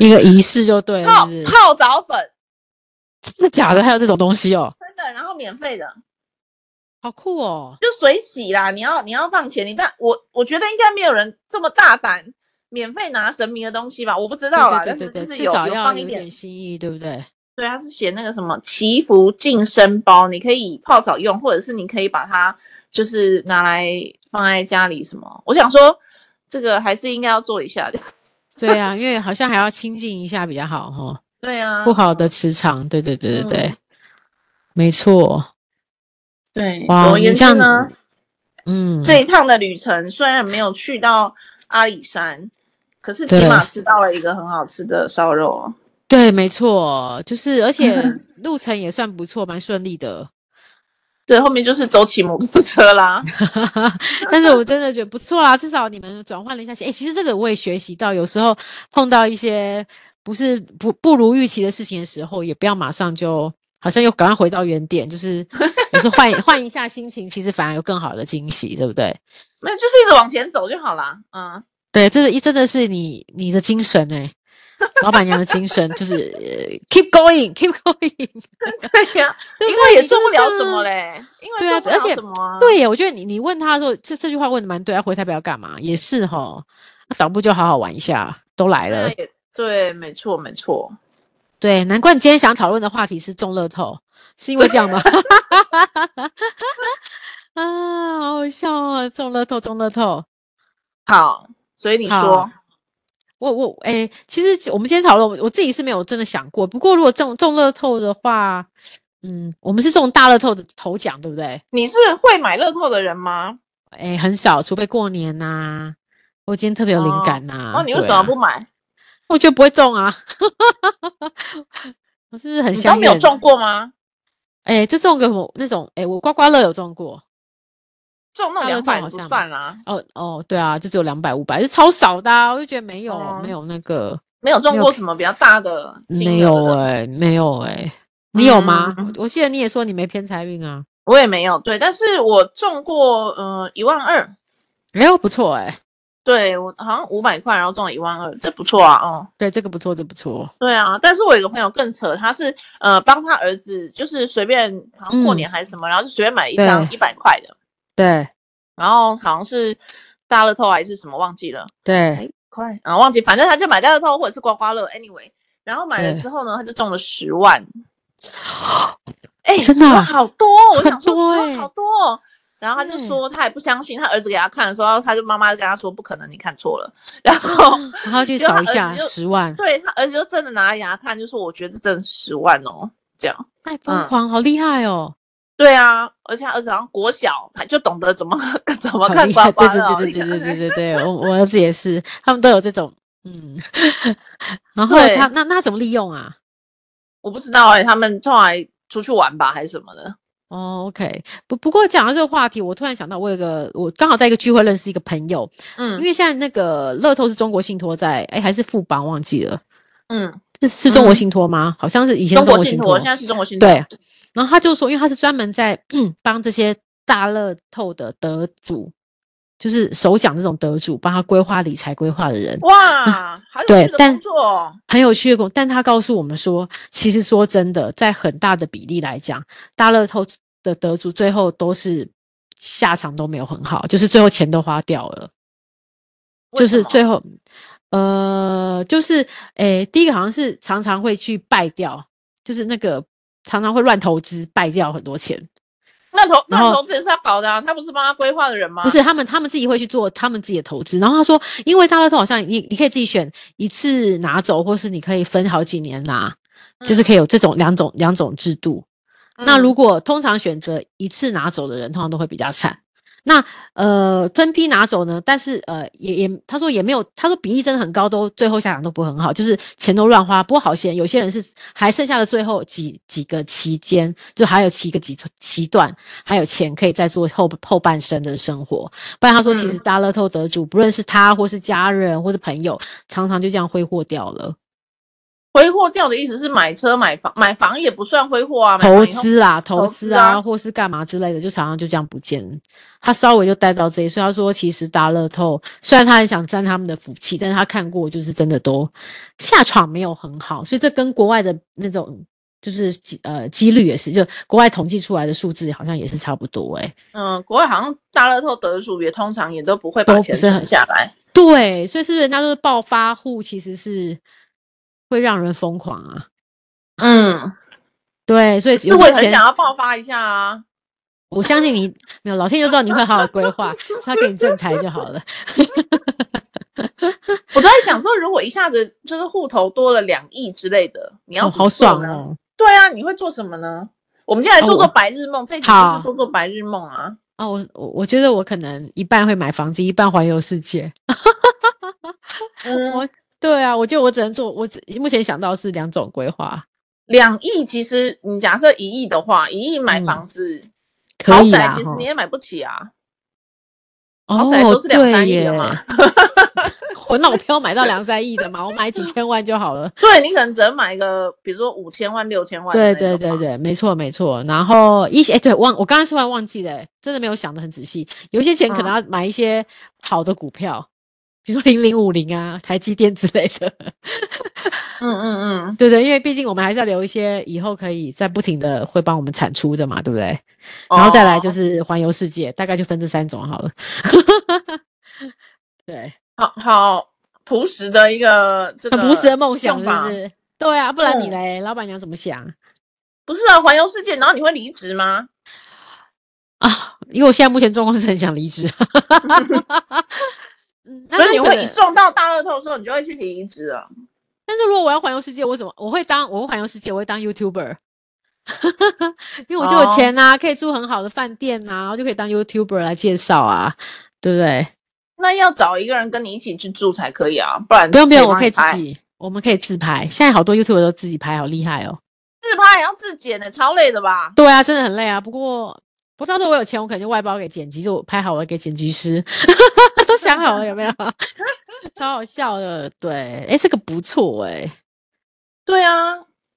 [SPEAKER 1] 一个仪式就对了，
[SPEAKER 2] 泡
[SPEAKER 1] 是不是
[SPEAKER 2] <laughs> 泡澡粉，
[SPEAKER 1] 真的假的？还有这种东西哦，
[SPEAKER 2] 真的，然后免费的，
[SPEAKER 1] 好酷哦。
[SPEAKER 2] 就水洗啦。你要你要放钱，你但我我觉得应该没有人这么大胆免费拿神明的东西吧，我不知道啦，
[SPEAKER 1] 对对
[SPEAKER 2] 但
[SPEAKER 1] 对对
[SPEAKER 2] 是就
[SPEAKER 1] 对，
[SPEAKER 2] 是
[SPEAKER 1] 至
[SPEAKER 2] 有
[SPEAKER 1] 少
[SPEAKER 2] 有
[SPEAKER 1] 要
[SPEAKER 2] 放
[SPEAKER 1] 有
[SPEAKER 2] 一
[SPEAKER 1] 一
[SPEAKER 2] 点
[SPEAKER 1] 点，心意，对不对？
[SPEAKER 2] 对，他是写那个什么祈福净身包，你可以泡澡用，或者是你可以把它就是拿来放在家里什么。我想说，这个还是应该要做一下的。
[SPEAKER 1] 对啊，因为好像还要清净一下比较好哈，
[SPEAKER 2] 对啊，
[SPEAKER 1] 不好的磁场，对对对对对，
[SPEAKER 2] 嗯
[SPEAKER 1] 没错。
[SPEAKER 2] 对。
[SPEAKER 1] 哇
[SPEAKER 2] 总而
[SPEAKER 1] 你
[SPEAKER 2] 言
[SPEAKER 1] 这
[SPEAKER 2] 之
[SPEAKER 1] 样
[SPEAKER 2] 呢，
[SPEAKER 1] 嗯，
[SPEAKER 2] 这一趟的旅程虽然没有去到阿里山，可是起
[SPEAKER 1] 对
[SPEAKER 2] 码吃到了一个很好吃的烧肉哦。
[SPEAKER 1] 对，没错，就是而
[SPEAKER 2] <laughs>
[SPEAKER 1] 且路程也算不错，蛮顺利的。
[SPEAKER 2] 对，后面就是都骑摩托车啦。
[SPEAKER 1] 但是我真的觉得不错啦，至少你们转换了一下心。哎、其实这个我也学习到，有时候碰到一些不是不不如预期的事情的时候，也不要马上就好像又赶快回到原点，就是有时候换 <laughs> 换一下心情，其实反而有更好的惊喜，对不对？
[SPEAKER 2] 没有，就是一直往前走就好啦。嗯，
[SPEAKER 1] 对，这是一真的是你你的精神哎、老板娘的精神就是、呃 keep going，keep going， <laughs>
[SPEAKER 2] 对呀、
[SPEAKER 1] 对不
[SPEAKER 2] 因为
[SPEAKER 1] 对？
[SPEAKER 2] 也
[SPEAKER 1] 你
[SPEAKER 2] 做不
[SPEAKER 1] 就是
[SPEAKER 2] 了什么
[SPEAKER 1] 啊
[SPEAKER 2] 嘞，因为
[SPEAKER 1] 对啊
[SPEAKER 2] 做不了
[SPEAKER 1] 而且
[SPEAKER 2] 什么啊。
[SPEAKER 1] 对耶，我觉得你你问他的时候，这这句话问的蛮对，要回台北要干嘛？也是哈，那少不就好好玩一下，都来了
[SPEAKER 2] 对。也对，没错没错。
[SPEAKER 1] 对，难怪你今天想讨论的话题是中乐透，是因为这样吗？ <laughs> 啊，好好笑哦！中乐透，中乐透，
[SPEAKER 2] 好，所以你说
[SPEAKER 1] 好，我我诶、其实我们今天讨论，我我自己是没有真的想过。不过如果中中乐透的话，嗯，我们是中大乐透的头奖，对不对？
[SPEAKER 2] 你是会买乐透的人吗？
[SPEAKER 1] 诶、很少，除非过年呐、我今天特别有灵感呐、
[SPEAKER 2] 哦，你为
[SPEAKER 1] 对
[SPEAKER 2] 什么
[SPEAKER 1] 啊
[SPEAKER 2] 不买？
[SPEAKER 1] 我觉得不会中啊！ <laughs> 我是不是很
[SPEAKER 2] 你都
[SPEAKER 1] 想
[SPEAKER 2] 没有中？过吗？
[SPEAKER 1] 哎、就中个我那种哎、我刮刮乐有中过
[SPEAKER 2] 中那
[SPEAKER 1] 大乐
[SPEAKER 2] 两百
[SPEAKER 1] 透好
[SPEAKER 2] 不
[SPEAKER 1] 像
[SPEAKER 2] 算啦，
[SPEAKER 1] 哦哦，对啊，就只有两百五百，是超少的、啊，我就觉得没有、
[SPEAKER 2] 哦
[SPEAKER 1] 没有那个
[SPEAKER 2] 没有中
[SPEAKER 1] 没有
[SPEAKER 2] 过什么比较大的金额
[SPEAKER 1] 没有
[SPEAKER 2] 的
[SPEAKER 1] 哎、没有哎、你有吗？
[SPEAKER 2] 嗯
[SPEAKER 1] 我我记得你也说你没偏财运啊，
[SPEAKER 2] 我也没有对，但是我中过呃一万二，
[SPEAKER 1] 哎呦不错哎、
[SPEAKER 2] 对我好像五百块，然后中了一万二，这不错啊，哦，
[SPEAKER 1] 对这个不错，这不错，
[SPEAKER 2] 对啊，但是我有个朋友更扯，他是呃帮他儿子就是随便好像过
[SPEAKER 1] 嗯
[SPEAKER 2] 年还是什么，然后就随便买一张一百块的，
[SPEAKER 1] 对
[SPEAKER 2] 然后好像是大乐透还是什么忘记了，
[SPEAKER 1] 对，
[SPEAKER 2] 哎快啊忘记，反正他就买大乐透或者是刮刮乐，anyway，然后买了
[SPEAKER 1] 对
[SPEAKER 2] 之后呢，他就中了十
[SPEAKER 1] <gasps>
[SPEAKER 2] 万，哎、
[SPEAKER 1] 真的
[SPEAKER 2] 10万
[SPEAKER 1] 啊
[SPEAKER 2] 好多哦，我想
[SPEAKER 1] 很
[SPEAKER 2] 说
[SPEAKER 1] 多
[SPEAKER 2] 10万
[SPEAKER 1] 哎
[SPEAKER 2] 好多哦。然后他就
[SPEAKER 1] 对
[SPEAKER 2] 说他也不相信，他儿子给他看的时候，他就妈妈就跟他说不可能，你看错了。然后 <laughs>
[SPEAKER 1] 然后去
[SPEAKER 2] 结果
[SPEAKER 1] 扫
[SPEAKER 2] 他
[SPEAKER 1] 一
[SPEAKER 2] 儿子
[SPEAKER 1] 下
[SPEAKER 2] 哦就
[SPEAKER 1] 十万，
[SPEAKER 2] 对他儿子就真的拿给他看，就说我觉得这真的是十万哦，这样。
[SPEAKER 1] 太哎疯
[SPEAKER 2] 嗯
[SPEAKER 1] 狂，好厉害哦！
[SPEAKER 2] 对啊，而且他儿子好像国小，他就懂得怎么 <laughs> 怎么
[SPEAKER 1] 好
[SPEAKER 2] 看
[SPEAKER 1] 厉
[SPEAKER 2] 刮
[SPEAKER 1] 害！
[SPEAKER 2] 刮乐，
[SPEAKER 1] 对对对
[SPEAKER 2] 好
[SPEAKER 1] 对
[SPEAKER 2] 厉
[SPEAKER 1] 对
[SPEAKER 2] 害
[SPEAKER 1] 对对对，我我儿子也是，他们都有这种，嗯， <laughs> 然后来
[SPEAKER 2] 对
[SPEAKER 1] 他那那他怎么利用啊？
[SPEAKER 2] <laughs> 我不知道哎、他们后来出去玩吧还是什么的，
[SPEAKER 1] 哦，OK，不不过讲到这个话题，我突然想到，我有一个我刚好在一个聚会认识一个朋友，因
[SPEAKER 2] 嗯
[SPEAKER 1] 为现在那个乐透是中国信托在，哎，还是富邦忘记了，
[SPEAKER 2] 嗯，
[SPEAKER 1] 是是中国
[SPEAKER 2] 嗯
[SPEAKER 1] 信托吗？好像是以前
[SPEAKER 2] 中
[SPEAKER 1] 是中
[SPEAKER 2] 国
[SPEAKER 1] 国
[SPEAKER 2] 信
[SPEAKER 1] 托
[SPEAKER 2] 托，现在是中国信托，
[SPEAKER 1] 对，然后他就说，因为他是专门在 <clears throat> 帮这些大乐透的得主，就是首奖这种得主，帮他规划理财规划的人，
[SPEAKER 2] 哇，好
[SPEAKER 1] 嗯
[SPEAKER 2] 有
[SPEAKER 1] 对
[SPEAKER 2] 趣的
[SPEAKER 1] 但
[SPEAKER 2] 工作哦，
[SPEAKER 1] 很有趣的工，但他告诉我们说，其实说真的，在很大的比例来讲，大乐透的得主最后都是下场都没有很好，就是最后钱都花掉了，
[SPEAKER 2] 为
[SPEAKER 1] 就
[SPEAKER 2] 什
[SPEAKER 1] 是
[SPEAKER 2] 么
[SPEAKER 1] 最后，呃，就是诶，第一个好像是常常会去败掉，就是那个常常会乱投资败掉很多钱，
[SPEAKER 2] 那投那
[SPEAKER 1] 然后
[SPEAKER 2] 投资也是他搞的、啊，他不是帮他规划的人吗？
[SPEAKER 1] 不是他们，他们自己会去做他们自己的投资。然后他说，因为大乐透好像你你可以自己选一次拿走，或是你可以分好几年拿，就是可以有这种两种两种制度。
[SPEAKER 2] 嗯，
[SPEAKER 1] 那如果通常选择一次拿走的人，通常都会比较惨。那呃分批拿走呢，但是呃也也他说也没有，他说比例真的很高，都最后下场都不会很好，就是钱都乱花。不过好险，有些人是还剩下的最后几几个期间，就还有几个几期段，还有钱可以再做后后半生的生活。不然他说，其
[SPEAKER 2] 嗯
[SPEAKER 1] 实大乐透得主，不论是他或是家人或是朋友，常常就这样挥霍掉了。
[SPEAKER 2] 挥霍掉的意思是买车买房，买房也不算挥霍啊，买
[SPEAKER 1] 投
[SPEAKER 2] 房以后
[SPEAKER 1] 资啊，投
[SPEAKER 2] 投
[SPEAKER 1] 资
[SPEAKER 2] 资
[SPEAKER 1] 啊，
[SPEAKER 2] 啊
[SPEAKER 1] 或是干嘛之类的，就常常就这样不见。他稍微就带到这里，所以他说，其实大乐透虽然他很想沾他们的福气，但是他看过，就是真的都下场没有很好，所以这跟国外的那种就是几呃几率也是，就国外统计出来的数字好像也是差不多哎、
[SPEAKER 2] 嗯，国外好像大乐透得主也通常也都不会把
[SPEAKER 1] 都不
[SPEAKER 2] 钱
[SPEAKER 1] 是很
[SPEAKER 2] 存下来，
[SPEAKER 1] 对，所以是不是人家说暴发户其实是会让人疯狂啊？
[SPEAKER 2] 嗯。
[SPEAKER 1] 对，所以有
[SPEAKER 2] 我
[SPEAKER 1] 些
[SPEAKER 2] 也很
[SPEAKER 1] 钱
[SPEAKER 2] 想要爆发一下啊！
[SPEAKER 1] 我相信你没有，老天就知道你会好好规划，所以他给你正财就好了。
[SPEAKER 2] 我都在想说，如果一下子这个户头多了两亿之类的，你要、
[SPEAKER 1] 哦，好爽！哦！
[SPEAKER 2] 对啊，你会做什么呢？我们今天来做
[SPEAKER 1] 哦
[SPEAKER 2] 做
[SPEAKER 1] 我
[SPEAKER 2] 白日梦，这一集就
[SPEAKER 1] 好
[SPEAKER 2] 是做做白日梦啊！
[SPEAKER 1] <laughs> 哦，我我我觉得我可能一半会买房子，一半环游世界。
[SPEAKER 2] 嗯，
[SPEAKER 1] 我对啊，我觉得我只能做，我只目前想到是两种规划，
[SPEAKER 2] 两亿其实你假设一亿的话，一亿买
[SPEAKER 1] 嗯
[SPEAKER 2] 房子、
[SPEAKER 1] 可
[SPEAKER 2] 豪
[SPEAKER 1] 以
[SPEAKER 2] 宅，
[SPEAKER 1] 啦。
[SPEAKER 2] 其实你也买不起啊。
[SPEAKER 1] 哦，
[SPEAKER 2] 豪宅都是两
[SPEAKER 1] 对
[SPEAKER 2] 三亿
[SPEAKER 1] 耶 <laughs>
[SPEAKER 2] 的嘛。
[SPEAKER 1] 我那我不要买到两三亿的嘛，我买几千万就好
[SPEAKER 2] <laughs>
[SPEAKER 1] 了。
[SPEAKER 2] 对你可能只能买一个，比如说五千万、六千万。
[SPEAKER 1] 对对对，对，没错没错。然后一些哎，对，忘我刚刚突然忘记了，真的没有想的很仔细。有一些钱可
[SPEAKER 2] 嗯
[SPEAKER 1] 能要买一些好的股票，比如说零零五零啊、台积电之类的。
[SPEAKER 2] 嗯嗯嗯，
[SPEAKER 1] 对对，因为毕竟我们还是要留一些以后可以在不停的会帮我们产出的嘛，对不对？然后再来就
[SPEAKER 2] 哦
[SPEAKER 1] 是环游世界，大概就分这三种好了。 <laughs> 对，
[SPEAKER 2] 好好朴实的一个这个
[SPEAKER 1] 很朴实的梦想，
[SPEAKER 2] 用
[SPEAKER 1] 是
[SPEAKER 2] 法
[SPEAKER 1] 不是？对啊，不然你
[SPEAKER 2] 嗯
[SPEAKER 1] 嘞，老板娘怎么想
[SPEAKER 2] 不是啊，环游世界，然后你会离职吗？ <laughs>
[SPEAKER 1] 啊？因为我现在目前状况是很想离职。嗯，那
[SPEAKER 2] 所以你
[SPEAKER 1] 有可
[SPEAKER 2] 会
[SPEAKER 1] 能
[SPEAKER 2] 一中到大乐透的时候，你就会去提离职啊。
[SPEAKER 1] 但是如果我要环游世界，我怎么我会当我会环游世界，我会当 YouTuber，因为我就有
[SPEAKER 2] 哦
[SPEAKER 1] 钱呐、可以住很好的饭店呐、然后就可以当 YouTuber 来介绍啊，对不对？
[SPEAKER 2] 那要找一个人跟你一起去住才可以啊，不然
[SPEAKER 1] 不用不用，
[SPEAKER 2] 谁
[SPEAKER 1] 我
[SPEAKER 2] 帮
[SPEAKER 1] 可
[SPEAKER 2] 你
[SPEAKER 1] 以自
[SPEAKER 2] 拍
[SPEAKER 1] 己，我们可以自拍。现在好多 YouTuber 都自己拍，好厉害哦。
[SPEAKER 2] 自拍，也要自剪的，超累的吧？
[SPEAKER 1] 对啊，真的很累啊。不过不到时候我有钱，我可能就外包给剪辑，就我拍好了给剪辑师， <laughs> 都想好了有没 <laughs> 有？超好笑的，对，哎，这个不错哎、
[SPEAKER 2] 对啊，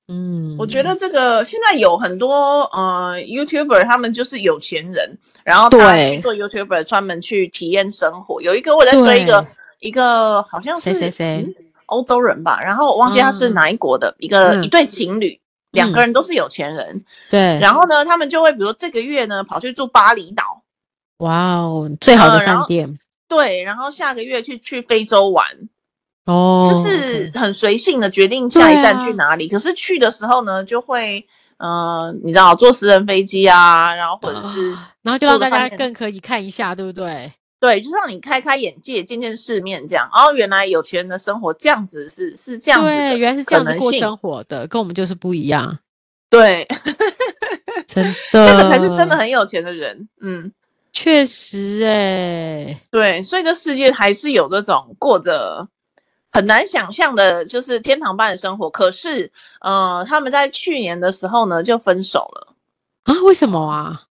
[SPEAKER 1] 嗯，
[SPEAKER 2] 我觉得这个现在有很多呃 YouTuber，他们就是有钱人，然后他
[SPEAKER 1] 对
[SPEAKER 2] 去做 YouTuber，专门去体验生活。有一个我在追一个
[SPEAKER 1] 对
[SPEAKER 2] 一个好像是
[SPEAKER 1] 谁谁谁
[SPEAKER 2] 嗯欧洲人吧，然后我忘记他是
[SPEAKER 1] 嗯
[SPEAKER 2] 哪一国的、一个
[SPEAKER 1] 嗯
[SPEAKER 2] 一对情侣，两个人都是有钱人，
[SPEAKER 1] 对，
[SPEAKER 2] 然后呢，他们就会比如这个月呢跑去住巴厘岛，
[SPEAKER 1] 哇哦，最好的
[SPEAKER 2] 呃然
[SPEAKER 1] 饭
[SPEAKER 2] 后
[SPEAKER 1] 店、
[SPEAKER 2] 对，然后下个月去去非洲玩，
[SPEAKER 1] 哦，
[SPEAKER 2] 就是很随性的决定下一站
[SPEAKER 1] 对啊
[SPEAKER 2] 去哪里。可是去的时候呢，就会，呃，你知道，坐私人飞机啊，然后或者是、
[SPEAKER 1] 然后就让
[SPEAKER 2] 做
[SPEAKER 1] 大
[SPEAKER 2] 的
[SPEAKER 1] 家
[SPEAKER 2] 饭店
[SPEAKER 1] 更可以看一下，对不对？
[SPEAKER 2] 对，就是让你开开眼界，见见世面，这样。哦，原来有钱人的生活这样子是是这样子
[SPEAKER 1] 对，
[SPEAKER 2] 的，
[SPEAKER 1] 原来是这样
[SPEAKER 2] 可
[SPEAKER 1] 子
[SPEAKER 2] 能
[SPEAKER 1] 过
[SPEAKER 2] 性
[SPEAKER 1] 生活的，跟我们就是不一
[SPEAKER 2] <laughs>
[SPEAKER 1] 样，
[SPEAKER 2] 对，
[SPEAKER 1] 真的，
[SPEAKER 2] 这个才
[SPEAKER 1] 呃
[SPEAKER 2] 是真的很有钱的人。嗯，
[SPEAKER 1] 确实哎、
[SPEAKER 2] 对，所以这世界还是有这种过着。很难想象的，就是天堂般的生活。可是，呃，他们在去年的时候呢，就分手了。
[SPEAKER 1] 啊，为什么啊？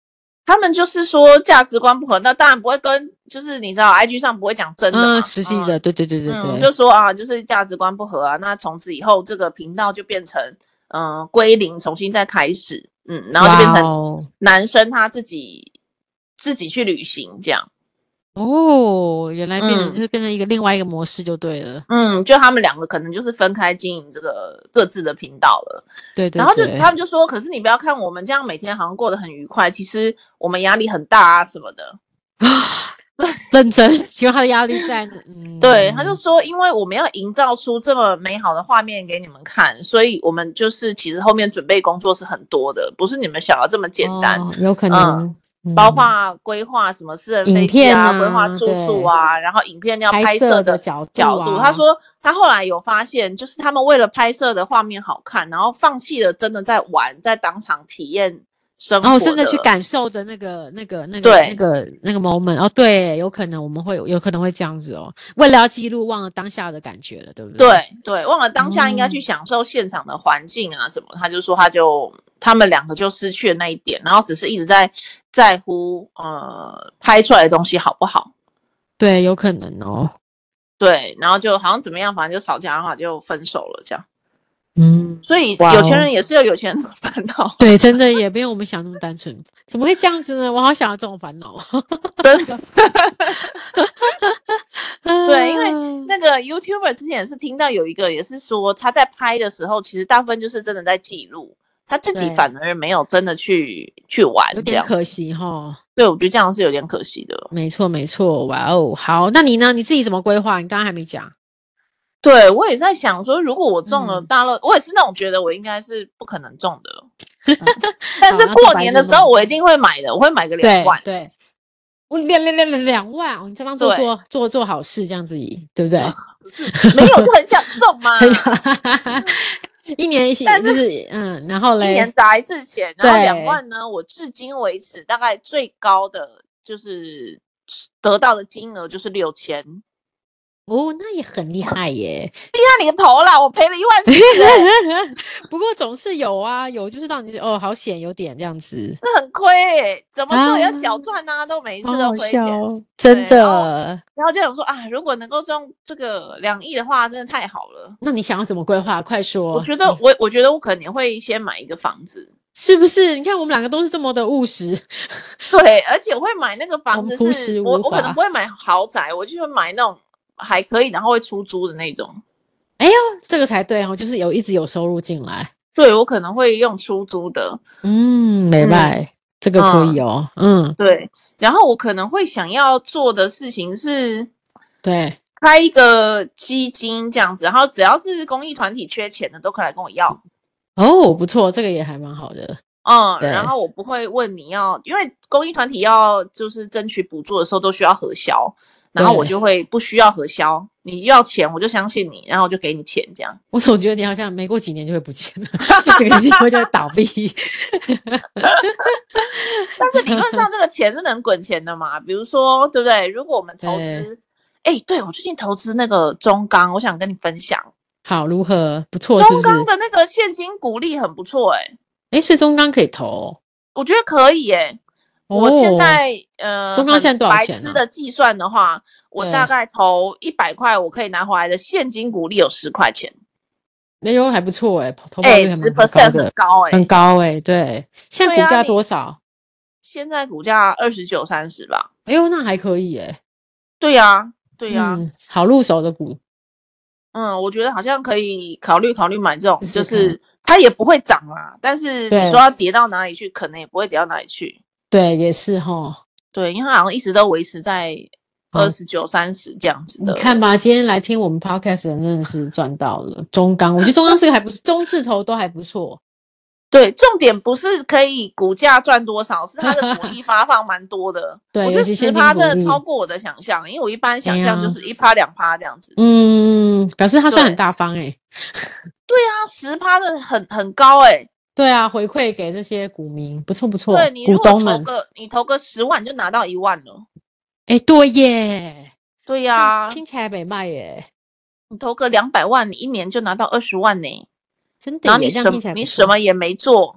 [SPEAKER 2] 他们就是说价值观不合，那当然不会跟，就是你知道，IG 上不会讲真的嘛，
[SPEAKER 1] 嗯，实际的，对对对对
[SPEAKER 2] 嗯，嗯，
[SPEAKER 1] 对，
[SPEAKER 2] 就说啊，就是价值观不合啊，那从此以后这个频道就变成嗯、呃归零，重新再开始，嗯，然后就变
[SPEAKER 1] 哇
[SPEAKER 2] 成
[SPEAKER 1] 哦，
[SPEAKER 2] 男生他自己自己去旅行这样，
[SPEAKER 1] 哦，原来变成、
[SPEAKER 2] 嗯
[SPEAKER 1] 就是变成一个另外一个模式就对了，
[SPEAKER 2] 嗯，就他们两个可能就是分开经营这个各自的频道了，
[SPEAKER 1] 对对
[SPEAKER 2] 然后就
[SPEAKER 1] 对，
[SPEAKER 2] 他们就说，可是你不要看我们这样每天好像过得很愉快，其实我们压力很大啊什么的，
[SPEAKER 1] 认真， <laughs> 请问他的压力在哪，嗯，
[SPEAKER 2] <laughs> 对，他就说，因为我们要营造出这么美好的画面给你们看，所以我们就是其实后面准备工作是很多的，不是你们想的这么简单。
[SPEAKER 1] 哦有可
[SPEAKER 2] 嗯
[SPEAKER 1] 能、嗯
[SPEAKER 2] 包括规划什么私人
[SPEAKER 1] 影
[SPEAKER 2] 飞机
[SPEAKER 1] 片
[SPEAKER 2] 啊，
[SPEAKER 1] 啊
[SPEAKER 2] 规划住宿啊，然后影片要
[SPEAKER 1] 拍
[SPEAKER 2] 拍
[SPEAKER 1] 摄
[SPEAKER 2] 摄
[SPEAKER 1] 的
[SPEAKER 2] 的
[SPEAKER 1] 角度、
[SPEAKER 2] 角
[SPEAKER 1] 啊，
[SPEAKER 2] 度。他说他后来有发现，就是他们为了拍摄的画面好看，然后放弃了真的在玩，在当场体验生活。
[SPEAKER 1] 哦，真的去感受的那个、那个、那个、
[SPEAKER 2] 对
[SPEAKER 1] 那个、那个 moment 哦，对，有可能我们会有可能会这样子哦，为了要记录，忘了当下的感觉了，对不对？
[SPEAKER 2] 对对，忘了当下应该
[SPEAKER 1] 嗯
[SPEAKER 2] 去享受现场的环境啊什么。他就说，他就他们两个就失去了那一点，然后只是一直在在乎呃拍出来的东西好不好。
[SPEAKER 1] 对，有可能哦。
[SPEAKER 2] 对，然后就好像怎么样，反正就吵架，然后就分手了这样。
[SPEAKER 1] 嗯，
[SPEAKER 2] 所以
[SPEAKER 1] 哇
[SPEAKER 2] 有钱
[SPEAKER 1] 哦，
[SPEAKER 2] 人也是有有钱人的烦恼
[SPEAKER 1] 对，真的也没有我们想那么单纯，怎么会这样子呢？我好想要这种烦恼。<laughs>
[SPEAKER 2] 真的。
[SPEAKER 1] 对
[SPEAKER 2] 因为那个 YouTuber 之前也是听到有一个也是说他在拍的时候，其实大部分就是真的在记录，他自己
[SPEAKER 1] 对
[SPEAKER 2] 反而没有真的去去
[SPEAKER 1] <laughs>
[SPEAKER 2] 玩
[SPEAKER 1] 有
[SPEAKER 2] 这
[SPEAKER 1] 点
[SPEAKER 2] 样
[SPEAKER 1] 可
[SPEAKER 2] 子。
[SPEAKER 1] 惜哈。
[SPEAKER 2] 对，我觉得这样是有点可惜的。
[SPEAKER 1] 没错，没错，哇哦，好，那你呢？你自己怎么规划？你刚刚还没讲。
[SPEAKER 2] 对，我也在想说，如果我中了
[SPEAKER 1] 嗯
[SPEAKER 2] 大乐，我也是那种觉得我应该是不可能中的。
[SPEAKER 1] <laughs>
[SPEAKER 2] 嗯但
[SPEAKER 1] 好
[SPEAKER 2] 是
[SPEAKER 1] 那做
[SPEAKER 2] 过
[SPEAKER 1] 白
[SPEAKER 2] 年
[SPEAKER 1] 日
[SPEAKER 2] 的时候，
[SPEAKER 1] 梦
[SPEAKER 2] 我一定会买的，我会买个两
[SPEAKER 1] 对
[SPEAKER 2] 万。
[SPEAKER 1] 对，我两两两两两万，哦我你就当做
[SPEAKER 2] 对
[SPEAKER 1] 做做做好事这样子，对不对？
[SPEAKER 2] 不是没有就很想中
[SPEAKER 1] <laughs>
[SPEAKER 2] 嘛，
[SPEAKER 1] 很
[SPEAKER 2] 一
[SPEAKER 1] 好， <laughs> 一年一起，
[SPEAKER 2] 嗯但
[SPEAKER 1] 就是是嗯，然后嘞，
[SPEAKER 2] 年砸一次钱，然后两
[SPEAKER 1] 对
[SPEAKER 2] 万呢，我至今为止大概最高的就是得到的金额就是六千，厉
[SPEAKER 1] 哦，那也很厉害耶。
[SPEAKER 2] 害你个头啦！我赔了一万四欸，
[SPEAKER 1] <laughs> 不过总是有啊，有就是让你觉得哦，好险，有点这样子，
[SPEAKER 2] 这很亏欸，怎么做也要
[SPEAKER 1] 啊
[SPEAKER 2] 小赚啊，都每一次
[SPEAKER 1] 好
[SPEAKER 2] 都
[SPEAKER 1] 好
[SPEAKER 2] 亏
[SPEAKER 1] 笑
[SPEAKER 2] 钱。
[SPEAKER 1] 哦，真
[SPEAKER 2] 对然后
[SPEAKER 1] 的。
[SPEAKER 2] 然后就想说啊，如果能够中这个两亿的话，真的太好了。
[SPEAKER 1] 那你想要怎么规划？快说！
[SPEAKER 2] 我觉得
[SPEAKER 1] 你
[SPEAKER 2] 我我觉得我可能会先买一个
[SPEAKER 1] <laughs>
[SPEAKER 2] 房子，
[SPEAKER 1] 是不是？你看我们两个都是这么的务实， <laughs>
[SPEAKER 2] 对，而且我会买那个
[SPEAKER 1] 我
[SPEAKER 2] 房
[SPEAKER 1] 们
[SPEAKER 2] 子
[SPEAKER 1] 朴实
[SPEAKER 2] 是，我
[SPEAKER 1] 无
[SPEAKER 2] 我可
[SPEAKER 1] 华
[SPEAKER 2] 能不会买豪宅，我就会买那种还可以，然后会出租的那种。
[SPEAKER 1] 这个才对哦，就是有一直有收入进来。
[SPEAKER 2] 对，我可能会用出租的，
[SPEAKER 1] 嗯，没
[SPEAKER 2] 嗯
[SPEAKER 1] 白、这个可以哦。嗯，
[SPEAKER 2] 对。然后我可能会想要做的事情是
[SPEAKER 1] 对，
[SPEAKER 2] 开一个基金这样子，然后只要是公益团体缺钱的，都可以来跟我要。
[SPEAKER 1] 哦，不错，这个也还蛮好的。
[SPEAKER 2] 嗯，
[SPEAKER 1] 对
[SPEAKER 2] 然后我不会问你要，因为公益团体要就是争取补助的时候都需要核销，然后我
[SPEAKER 1] 对
[SPEAKER 2] 就会不需要核销，你要钱我就相信你，然后我就给你钱
[SPEAKER 1] <laughs>
[SPEAKER 2] 这样。
[SPEAKER 1] 我总觉得你好像没过几年就会不见了， <laughs> 有机会就会倒闭。
[SPEAKER 2] 但是理论上这个钱是能滚钱的嘛？比如说，对不对？如果我们投
[SPEAKER 1] 对
[SPEAKER 2] 资，哎，对我最近投资那个中钢，我想跟你分享，
[SPEAKER 1] 好，如何？不错，是
[SPEAKER 2] 中
[SPEAKER 1] 不是？
[SPEAKER 2] 钢的那个现金股利很不错哎、
[SPEAKER 1] 哎，所以中钢可以投哦。
[SPEAKER 2] 我觉得可以哎、我现在呃，
[SPEAKER 1] 中钢
[SPEAKER 2] 很
[SPEAKER 1] 现在多少
[SPEAKER 2] 白
[SPEAKER 1] 钱
[SPEAKER 2] 痴
[SPEAKER 1] 啊
[SPEAKER 2] 的计算的话，我
[SPEAKER 1] 对
[SPEAKER 2] 大概投一百块，我可以拿回来的现金股利有十块钱，
[SPEAKER 1] 哎呦还不错哎，投报
[SPEAKER 2] 哎、
[SPEAKER 1] 率还
[SPEAKER 2] 十
[SPEAKER 1] 蛮
[SPEAKER 2] percent
[SPEAKER 1] 蛮高
[SPEAKER 2] 很
[SPEAKER 1] 的，
[SPEAKER 2] 高哎、
[SPEAKER 1] 很高哎。对，现在
[SPEAKER 2] 对
[SPEAKER 1] 股
[SPEAKER 2] 啊
[SPEAKER 1] 价
[SPEAKER 2] 你
[SPEAKER 1] 多少？
[SPEAKER 2] 现在股价二十九三十吧？
[SPEAKER 1] 哎呦，那还可以哎。
[SPEAKER 2] 对呀、对啊呀、
[SPEAKER 1] 嗯，好入手的股，
[SPEAKER 2] 嗯，我觉得好像可以考虑考虑买这种，
[SPEAKER 1] 试
[SPEAKER 2] 就
[SPEAKER 1] 试看
[SPEAKER 2] 是它也不会涨啦，但是你
[SPEAKER 1] 对
[SPEAKER 2] 说要跌到哪里去，可能也不会跌到哪里去。
[SPEAKER 1] 对，也是哈。
[SPEAKER 2] 对，因为它好像一直都维持在
[SPEAKER 1] 好
[SPEAKER 2] 二十九、三十这样子
[SPEAKER 1] 嗯你
[SPEAKER 2] 的。
[SPEAKER 1] 看，吧，今天来听我们 podcast 的人真的是赚到了。中钢，我觉得中钢是个还不错，中字头都还不错。
[SPEAKER 2] 对，重点不是可以股价赚多少，是
[SPEAKER 1] <laughs>
[SPEAKER 2] 它的股利发放蛮多的。
[SPEAKER 1] 对
[SPEAKER 2] 我
[SPEAKER 1] 尤
[SPEAKER 2] 觉得
[SPEAKER 1] 其
[SPEAKER 2] 十
[SPEAKER 1] 现
[SPEAKER 2] 趴
[SPEAKER 1] 金
[SPEAKER 2] 真的
[SPEAKER 1] 股利
[SPEAKER 2] 超过我的想象，因为我一般想
[SPEAKER 1] 哎
[SPEAKER 2] 象就
[SPEAKER 1] 呀
[SPEAKER 2] 是一趴两趴这样子。
[SPEAKER 1] 嗯，表示他算
[SPEAKER 2] 对
[SPEAKER 1] 很大方哎。
[SPEAKER 2] 那十趴的很很高哎、
[SPEAKER 1] 对啊，回馈给这些股民，不错不错
[SPEAKER 2] 对，你
[SPEAKER 1] 股
[SPEAKER 2] 如果
[SPEAKER 1] 东
[SPEAKER 2] 投
[SPEAKER 1] 们。
[SPEAKER 2] 个你投个十万就拿到一万了。
[SPEAKER 1] 哎，对耶，这
[SPEAKER 2] 对啊呀、
[SPEAKER 1] 样听起来美卖耶，
[SPEAKER 2] 你投个两百万，你一年就拿到二十万呢、
[SPEAKER 1] 真的
[SPEAKER 2] 然后
[SPEAKER 1] 耶，
[SPEAKER 2] 你
[SPEAKER 1] 这
[SPEAKER 2] 什
[SPEAKER 1] 样听起来
[SPEAKER 2] 你
[SPEAKER 1] 不
[SPEAKER 2] 什
[SPEAKER 1] 错？
[SPEAKER 2] 么也没做，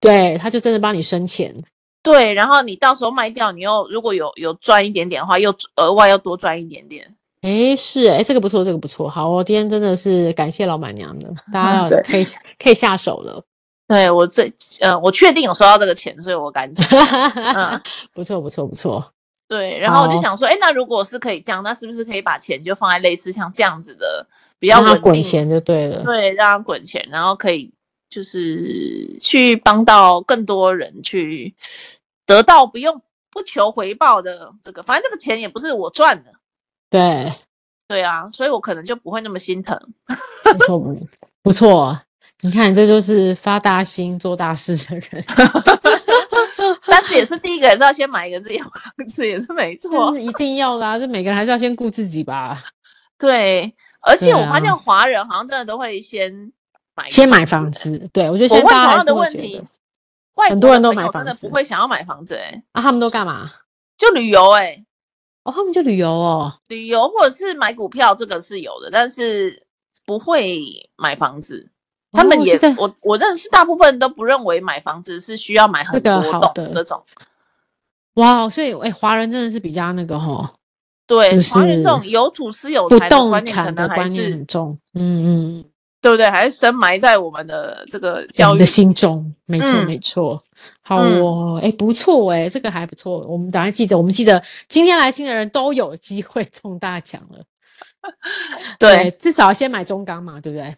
[SPEAKER 1] 对，他就真的帮你生钱。
[SPEAKER 2] 对，然后你到时候卖掉，你又如果有有赚一点点的话，又额外又多赚一点点。
[SPEAKER 1] 哎，是哎，这个不错，这个不错。好哦，今天真的是感谢老板娘的，大家
[SPEAKER 2] <laughs> 对
[SPEAKER 1] 要可以可以下手了。 <laughs>
[SPEAKER 2] 对我这呃，我确定有收到这个钱，所以我敢
[SPEAKER 1] <laughs>
[SPEAKER 2] 讲。嗯，
[SPEAKER 1] 不错不错不错，
[SPEAKER 2] 对，然后我就
[SPEAKER 1] 好
[SPEAKER 2] 想说，哎，那如果是可以这样，那是不是可以把钱就放在类似像这样子的比较
[SPEAKER 1] 让他
[SPEAKER 2] 稳
[SPEAKER 1] 滚
[SPEAKER 2] 定
[SPEAKER 1] 钱就对了。
[SPEAKER 2] 对，让它滚钱，然后可以就是去帮到更多人去得到不用不求回报的这个，反正这个钱也不是我赚的，
[SPEAKER 1] 对，
[SPEAKER 2] 对啊，所以我可能就不会那么心疼。
[SPEAKER 1] 不错不不错。你看，这就是发大心做大事的人，
[SPEAKER 2] 但是也是第一个，也是要先买一个自己的房子，也是没
[SPEAKER 1] 这
[SPEAKER 2] 错。
[SPEAKER 1] 是一定要啦、这每个人还是要先顾自己吧，
[SPEAKER 2] 对，而且
[SPEAKER 1] 对
[SPEAKER 2] 我发现
[SPEAKER 1] 啊
[SPEAKER 2] 华人好像真的都会先买，
[SPEAKER 1] 先买房。子。对，我觉得
[SPEAKER 2] 我
[SPEAKER 1] 现
[SPEAKER 2] 问
[SPEAKER 1] 在大家
[SPEAKER 2] 同
[SPEAKER 1] 还
[SPEAKER 2] 样
[SPEAKER 1] 是
[SPEAKER 2] 的
[SPEAKER 1] 会
[SPEAKER 2] 问
[SPEAKER 1] 觉
[SPEAKER 2] 题
[SPEAKER 1] 得，
[SPEAKER 2] 外
[SPEAKER 1] 很
[SPEAKER 2] 国
[SPEAKER 1] 多
[SPEAKER 2] 的
[SPEAKER 1] 人都
[SPEAKER 2] 朋
[SPEAKER 1] 买
[SPEAKER 2] 友
[SPEAKER 1] 房
[SPEAKER 2] 真的不
[SPEAKER 1] 子
[SPEAKER 2] 会想要买房子、欸，哎，
[SPEAKER 1] 啊，他们都干嘛？
[SPEAKER 2] 就旅游、欸，哎，
[SPEAKER 1] 哦，他们就旅游哦。
[SPEAKER 2] 旅游或者是买股票，这个是有的，但是不会买房子。他们
[SPEAKER 1] 哦
[SPEAKER 2] 也，
[SPEAKER 1] 是在
[SPEAKER 2] 我我认识大部分都不认为买房子是需要买很
[SPEAKER 1] 这个
[SPEAKER 2] 多
[SPEAKER 1] 好
[SPEAKER 2] 栋
[SPEAKER 1] 的
[SPEAKER 2] 这种。
[SPEAKER 1] 哇，所以哎，华人真的是比较那个吼，
[SPEAKER 2] 对，
[SPEAKER 1] 就
[SPEAKER 2] 华人这种
[SPEAKER 1] 是
[SPEAKER 2] 有土是有
[SPEAKER 1] 不
[SPEAKER 2] 财的观
[SPEAKER 1] 动
[SPEAKER 2] 念，可
[SPEAKER 1] 产的
[SPEAKER 2] 能还
[SPEAKER 1] 观念
[SPEAKER 2] 是
[SPEAKER 1] 很重。嗯嗯嗯，
[SPEAKER 2] 对不对？还是深埋在我们的这个
[SPEAKER 1] 在
[SPEAKER 2] 教
[SPEAKER 1] 你
[SPEAKER 2] 育
[SPEAKER 1] 的心中，没错
[SPEAKER 2] 嗯
[SPEAKER 1] 没错。好
[SPEAKER 2] 嗯
[SPEAKER 1] 哦，哎，不错哎，这个还不错。我们打算记得，我们记得今天来听的人都有机会中大奖了。
[SPEAKER 2] <laughs> 对，
[SPEAKER 1] 至少先买中钢嘛，对不对？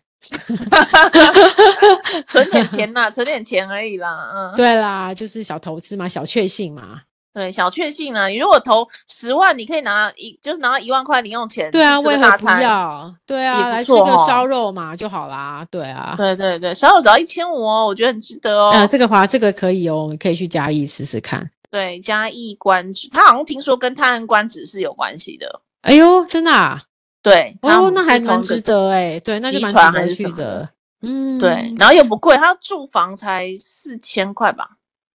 [SPEAKER 2] 存点钱啦，存点钱而已啦。嗯，
[SPEAKER 1] 对啦，就是小投资嘛，小确幸嘛。
[SPEAKER 2] 对，小确幸啊。你如果投十万，你可以拿一，就是拿到一万块零用钱。
[SPEAKER 1] 对啊，
[SPEAKER 2] 去吃个
[SPEAKER 1] 为
[SPEAKER 2] 大
[SPEAKER 1] 何不
[SPEAKER 2] 餐？
[SPEAKER 1] 要？对
[SPEAKER 2] 也
[SPEAKER 1] 啊，
[SPEAKER 2] 不
[SPEAKER 1] 来吃
[SPEAKER 2] 错
[SPEAKER 1] 个
[SPEAKER 2] 哦
[SPEAKER 1] 烧肉嘛就好啦。对啊，
[SPEAKER 2] 对对对，小友只要一千五哦，我觉得很值得哦。
[SPEAKER 1] 呃，这个话这个可以哦，我们可以去嘉义试试看。
[SPEAKER 2] 对，嘉义官职，他好像听说跟探案官职是有关系的。
[SPEAKER 1] 哎呦，真的啊！
[SPEAKER 2] 对，他
[SPEAKER 1] 哦，
[SPEAKER 2] 们
[SPEAKER 1] 那
[SPEAKER 2] 是
[SPEAKER 1] 还
[SPEAKER 2] 同
[SPEAKER 1] 蛮
[SPEAKER 2] 一个
[SPEAKER 1] 值。得哎，对，那就
[SPEAKER 2] 集
[SPEAKER 1] 蛮
[SPEAKER 2] 团
[SPEAKER 1] 值
[SPEAKER 2] 还
[SPEAKER 1] 得
[SPEAKER 2] 是什
[SPEAKER 1] 去
[SPEAKER 2] 么
[SPEAKER 1] 的。嗯，
[SPEAKER 2] 对，然后也不贵，他住房才四千块吧？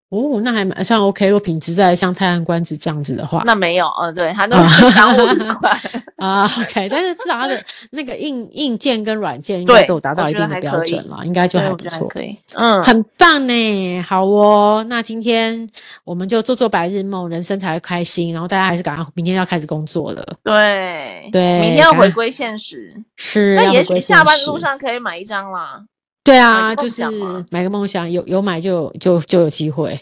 [SPEAKER 1] 哦，那还蛮算 OK。如果品质在像太阳官子这样子的话，
[SPEAKER 2] 那没有，呃，对，他都
[SPEAKER 1] 啊
[SPEAKER 2] 是商务旅
[SPEAKER 1] <laughs>
[SPEAKER 2] 馆。
[SPEAKER 1] 啊，OK，但是至少它的那个硬硬件跟软件应该
[SPEAKER 2] 对
[SPEAKER 1] 都有达
[SPEAKER 2] 我
[SPEAKER 1] 到一
[SPEAKER 2] 觉得
[SPEAKER 1] 定的
[SPEAKER 2] 还
[SPEAKER 1] 标
[SPEAKER 2] 可以
[SPEAKER 1] 准了，应该就
[SPEAKER 2] 对
[SPEAKER 1] 还
[SPEAKER 2] 我
[SPEAKER 1] 不
[SPEAKER 2] 觉得还
[SPEAKER 1] 错。
[SPEAKER 2] 可以。嗯，
[SPEAKER 1] 很棒呢，好哦。那今天我们就做做白日梦，人生才会开心。然后大家还是赶快，明天要开始工作了。
[SPEAKER 2] 对
[SPEAKER 1] 对
[SPEAKER 2] 明天要
[SPEAKER 1] 赶
[SPEAKER 2] 回
[SPEAKER 1] 快
[SPEAKER 2] 归现实。
[SPEAKER 1] 是，
[SPEAKER 2] 那
[SPEAKER 1] 要
[SPEAKER 2] 也
[SPEAKER 1] 回归
[SPEAKER 2] 许下
[SPEAKER 1] 现
[SPEAKER 2] 班路
[SPEAKER 1] 实。
[SPEAKER 2] 上可以买一张啦。
[SPEAKER 1] 对啊，
[SPEAKER 2] 买个
[SPEAKER 1] 就
[SPEAKER 2] 梦
[SPEAKER 1] 是
[SPEAKER 2] 想嘛
[SPEAKER 1] 买个梦想，有有买就有就就有机会。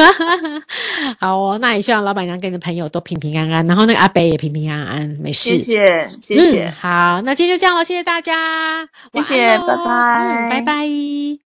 [SPEAKER 1] <laughs> 好哦，那也希望老板娘跟你的朋友都平平安安，然后那个阿北也平平安安，没事。
[SPEAKER 2] 谢谢，谢谢。
[SPEAKER 1] 嗯嗯，好，那今天就这样了，谢谢大家，晚
[SPEAKER 2] 谢谢
[SPEAKER 1] 安
[SPEAKER 2] 拜
[SPEAKER 1] 咯嗯，拜
[SPEAKER 2] 拜
[SPEAKER 1] 拜。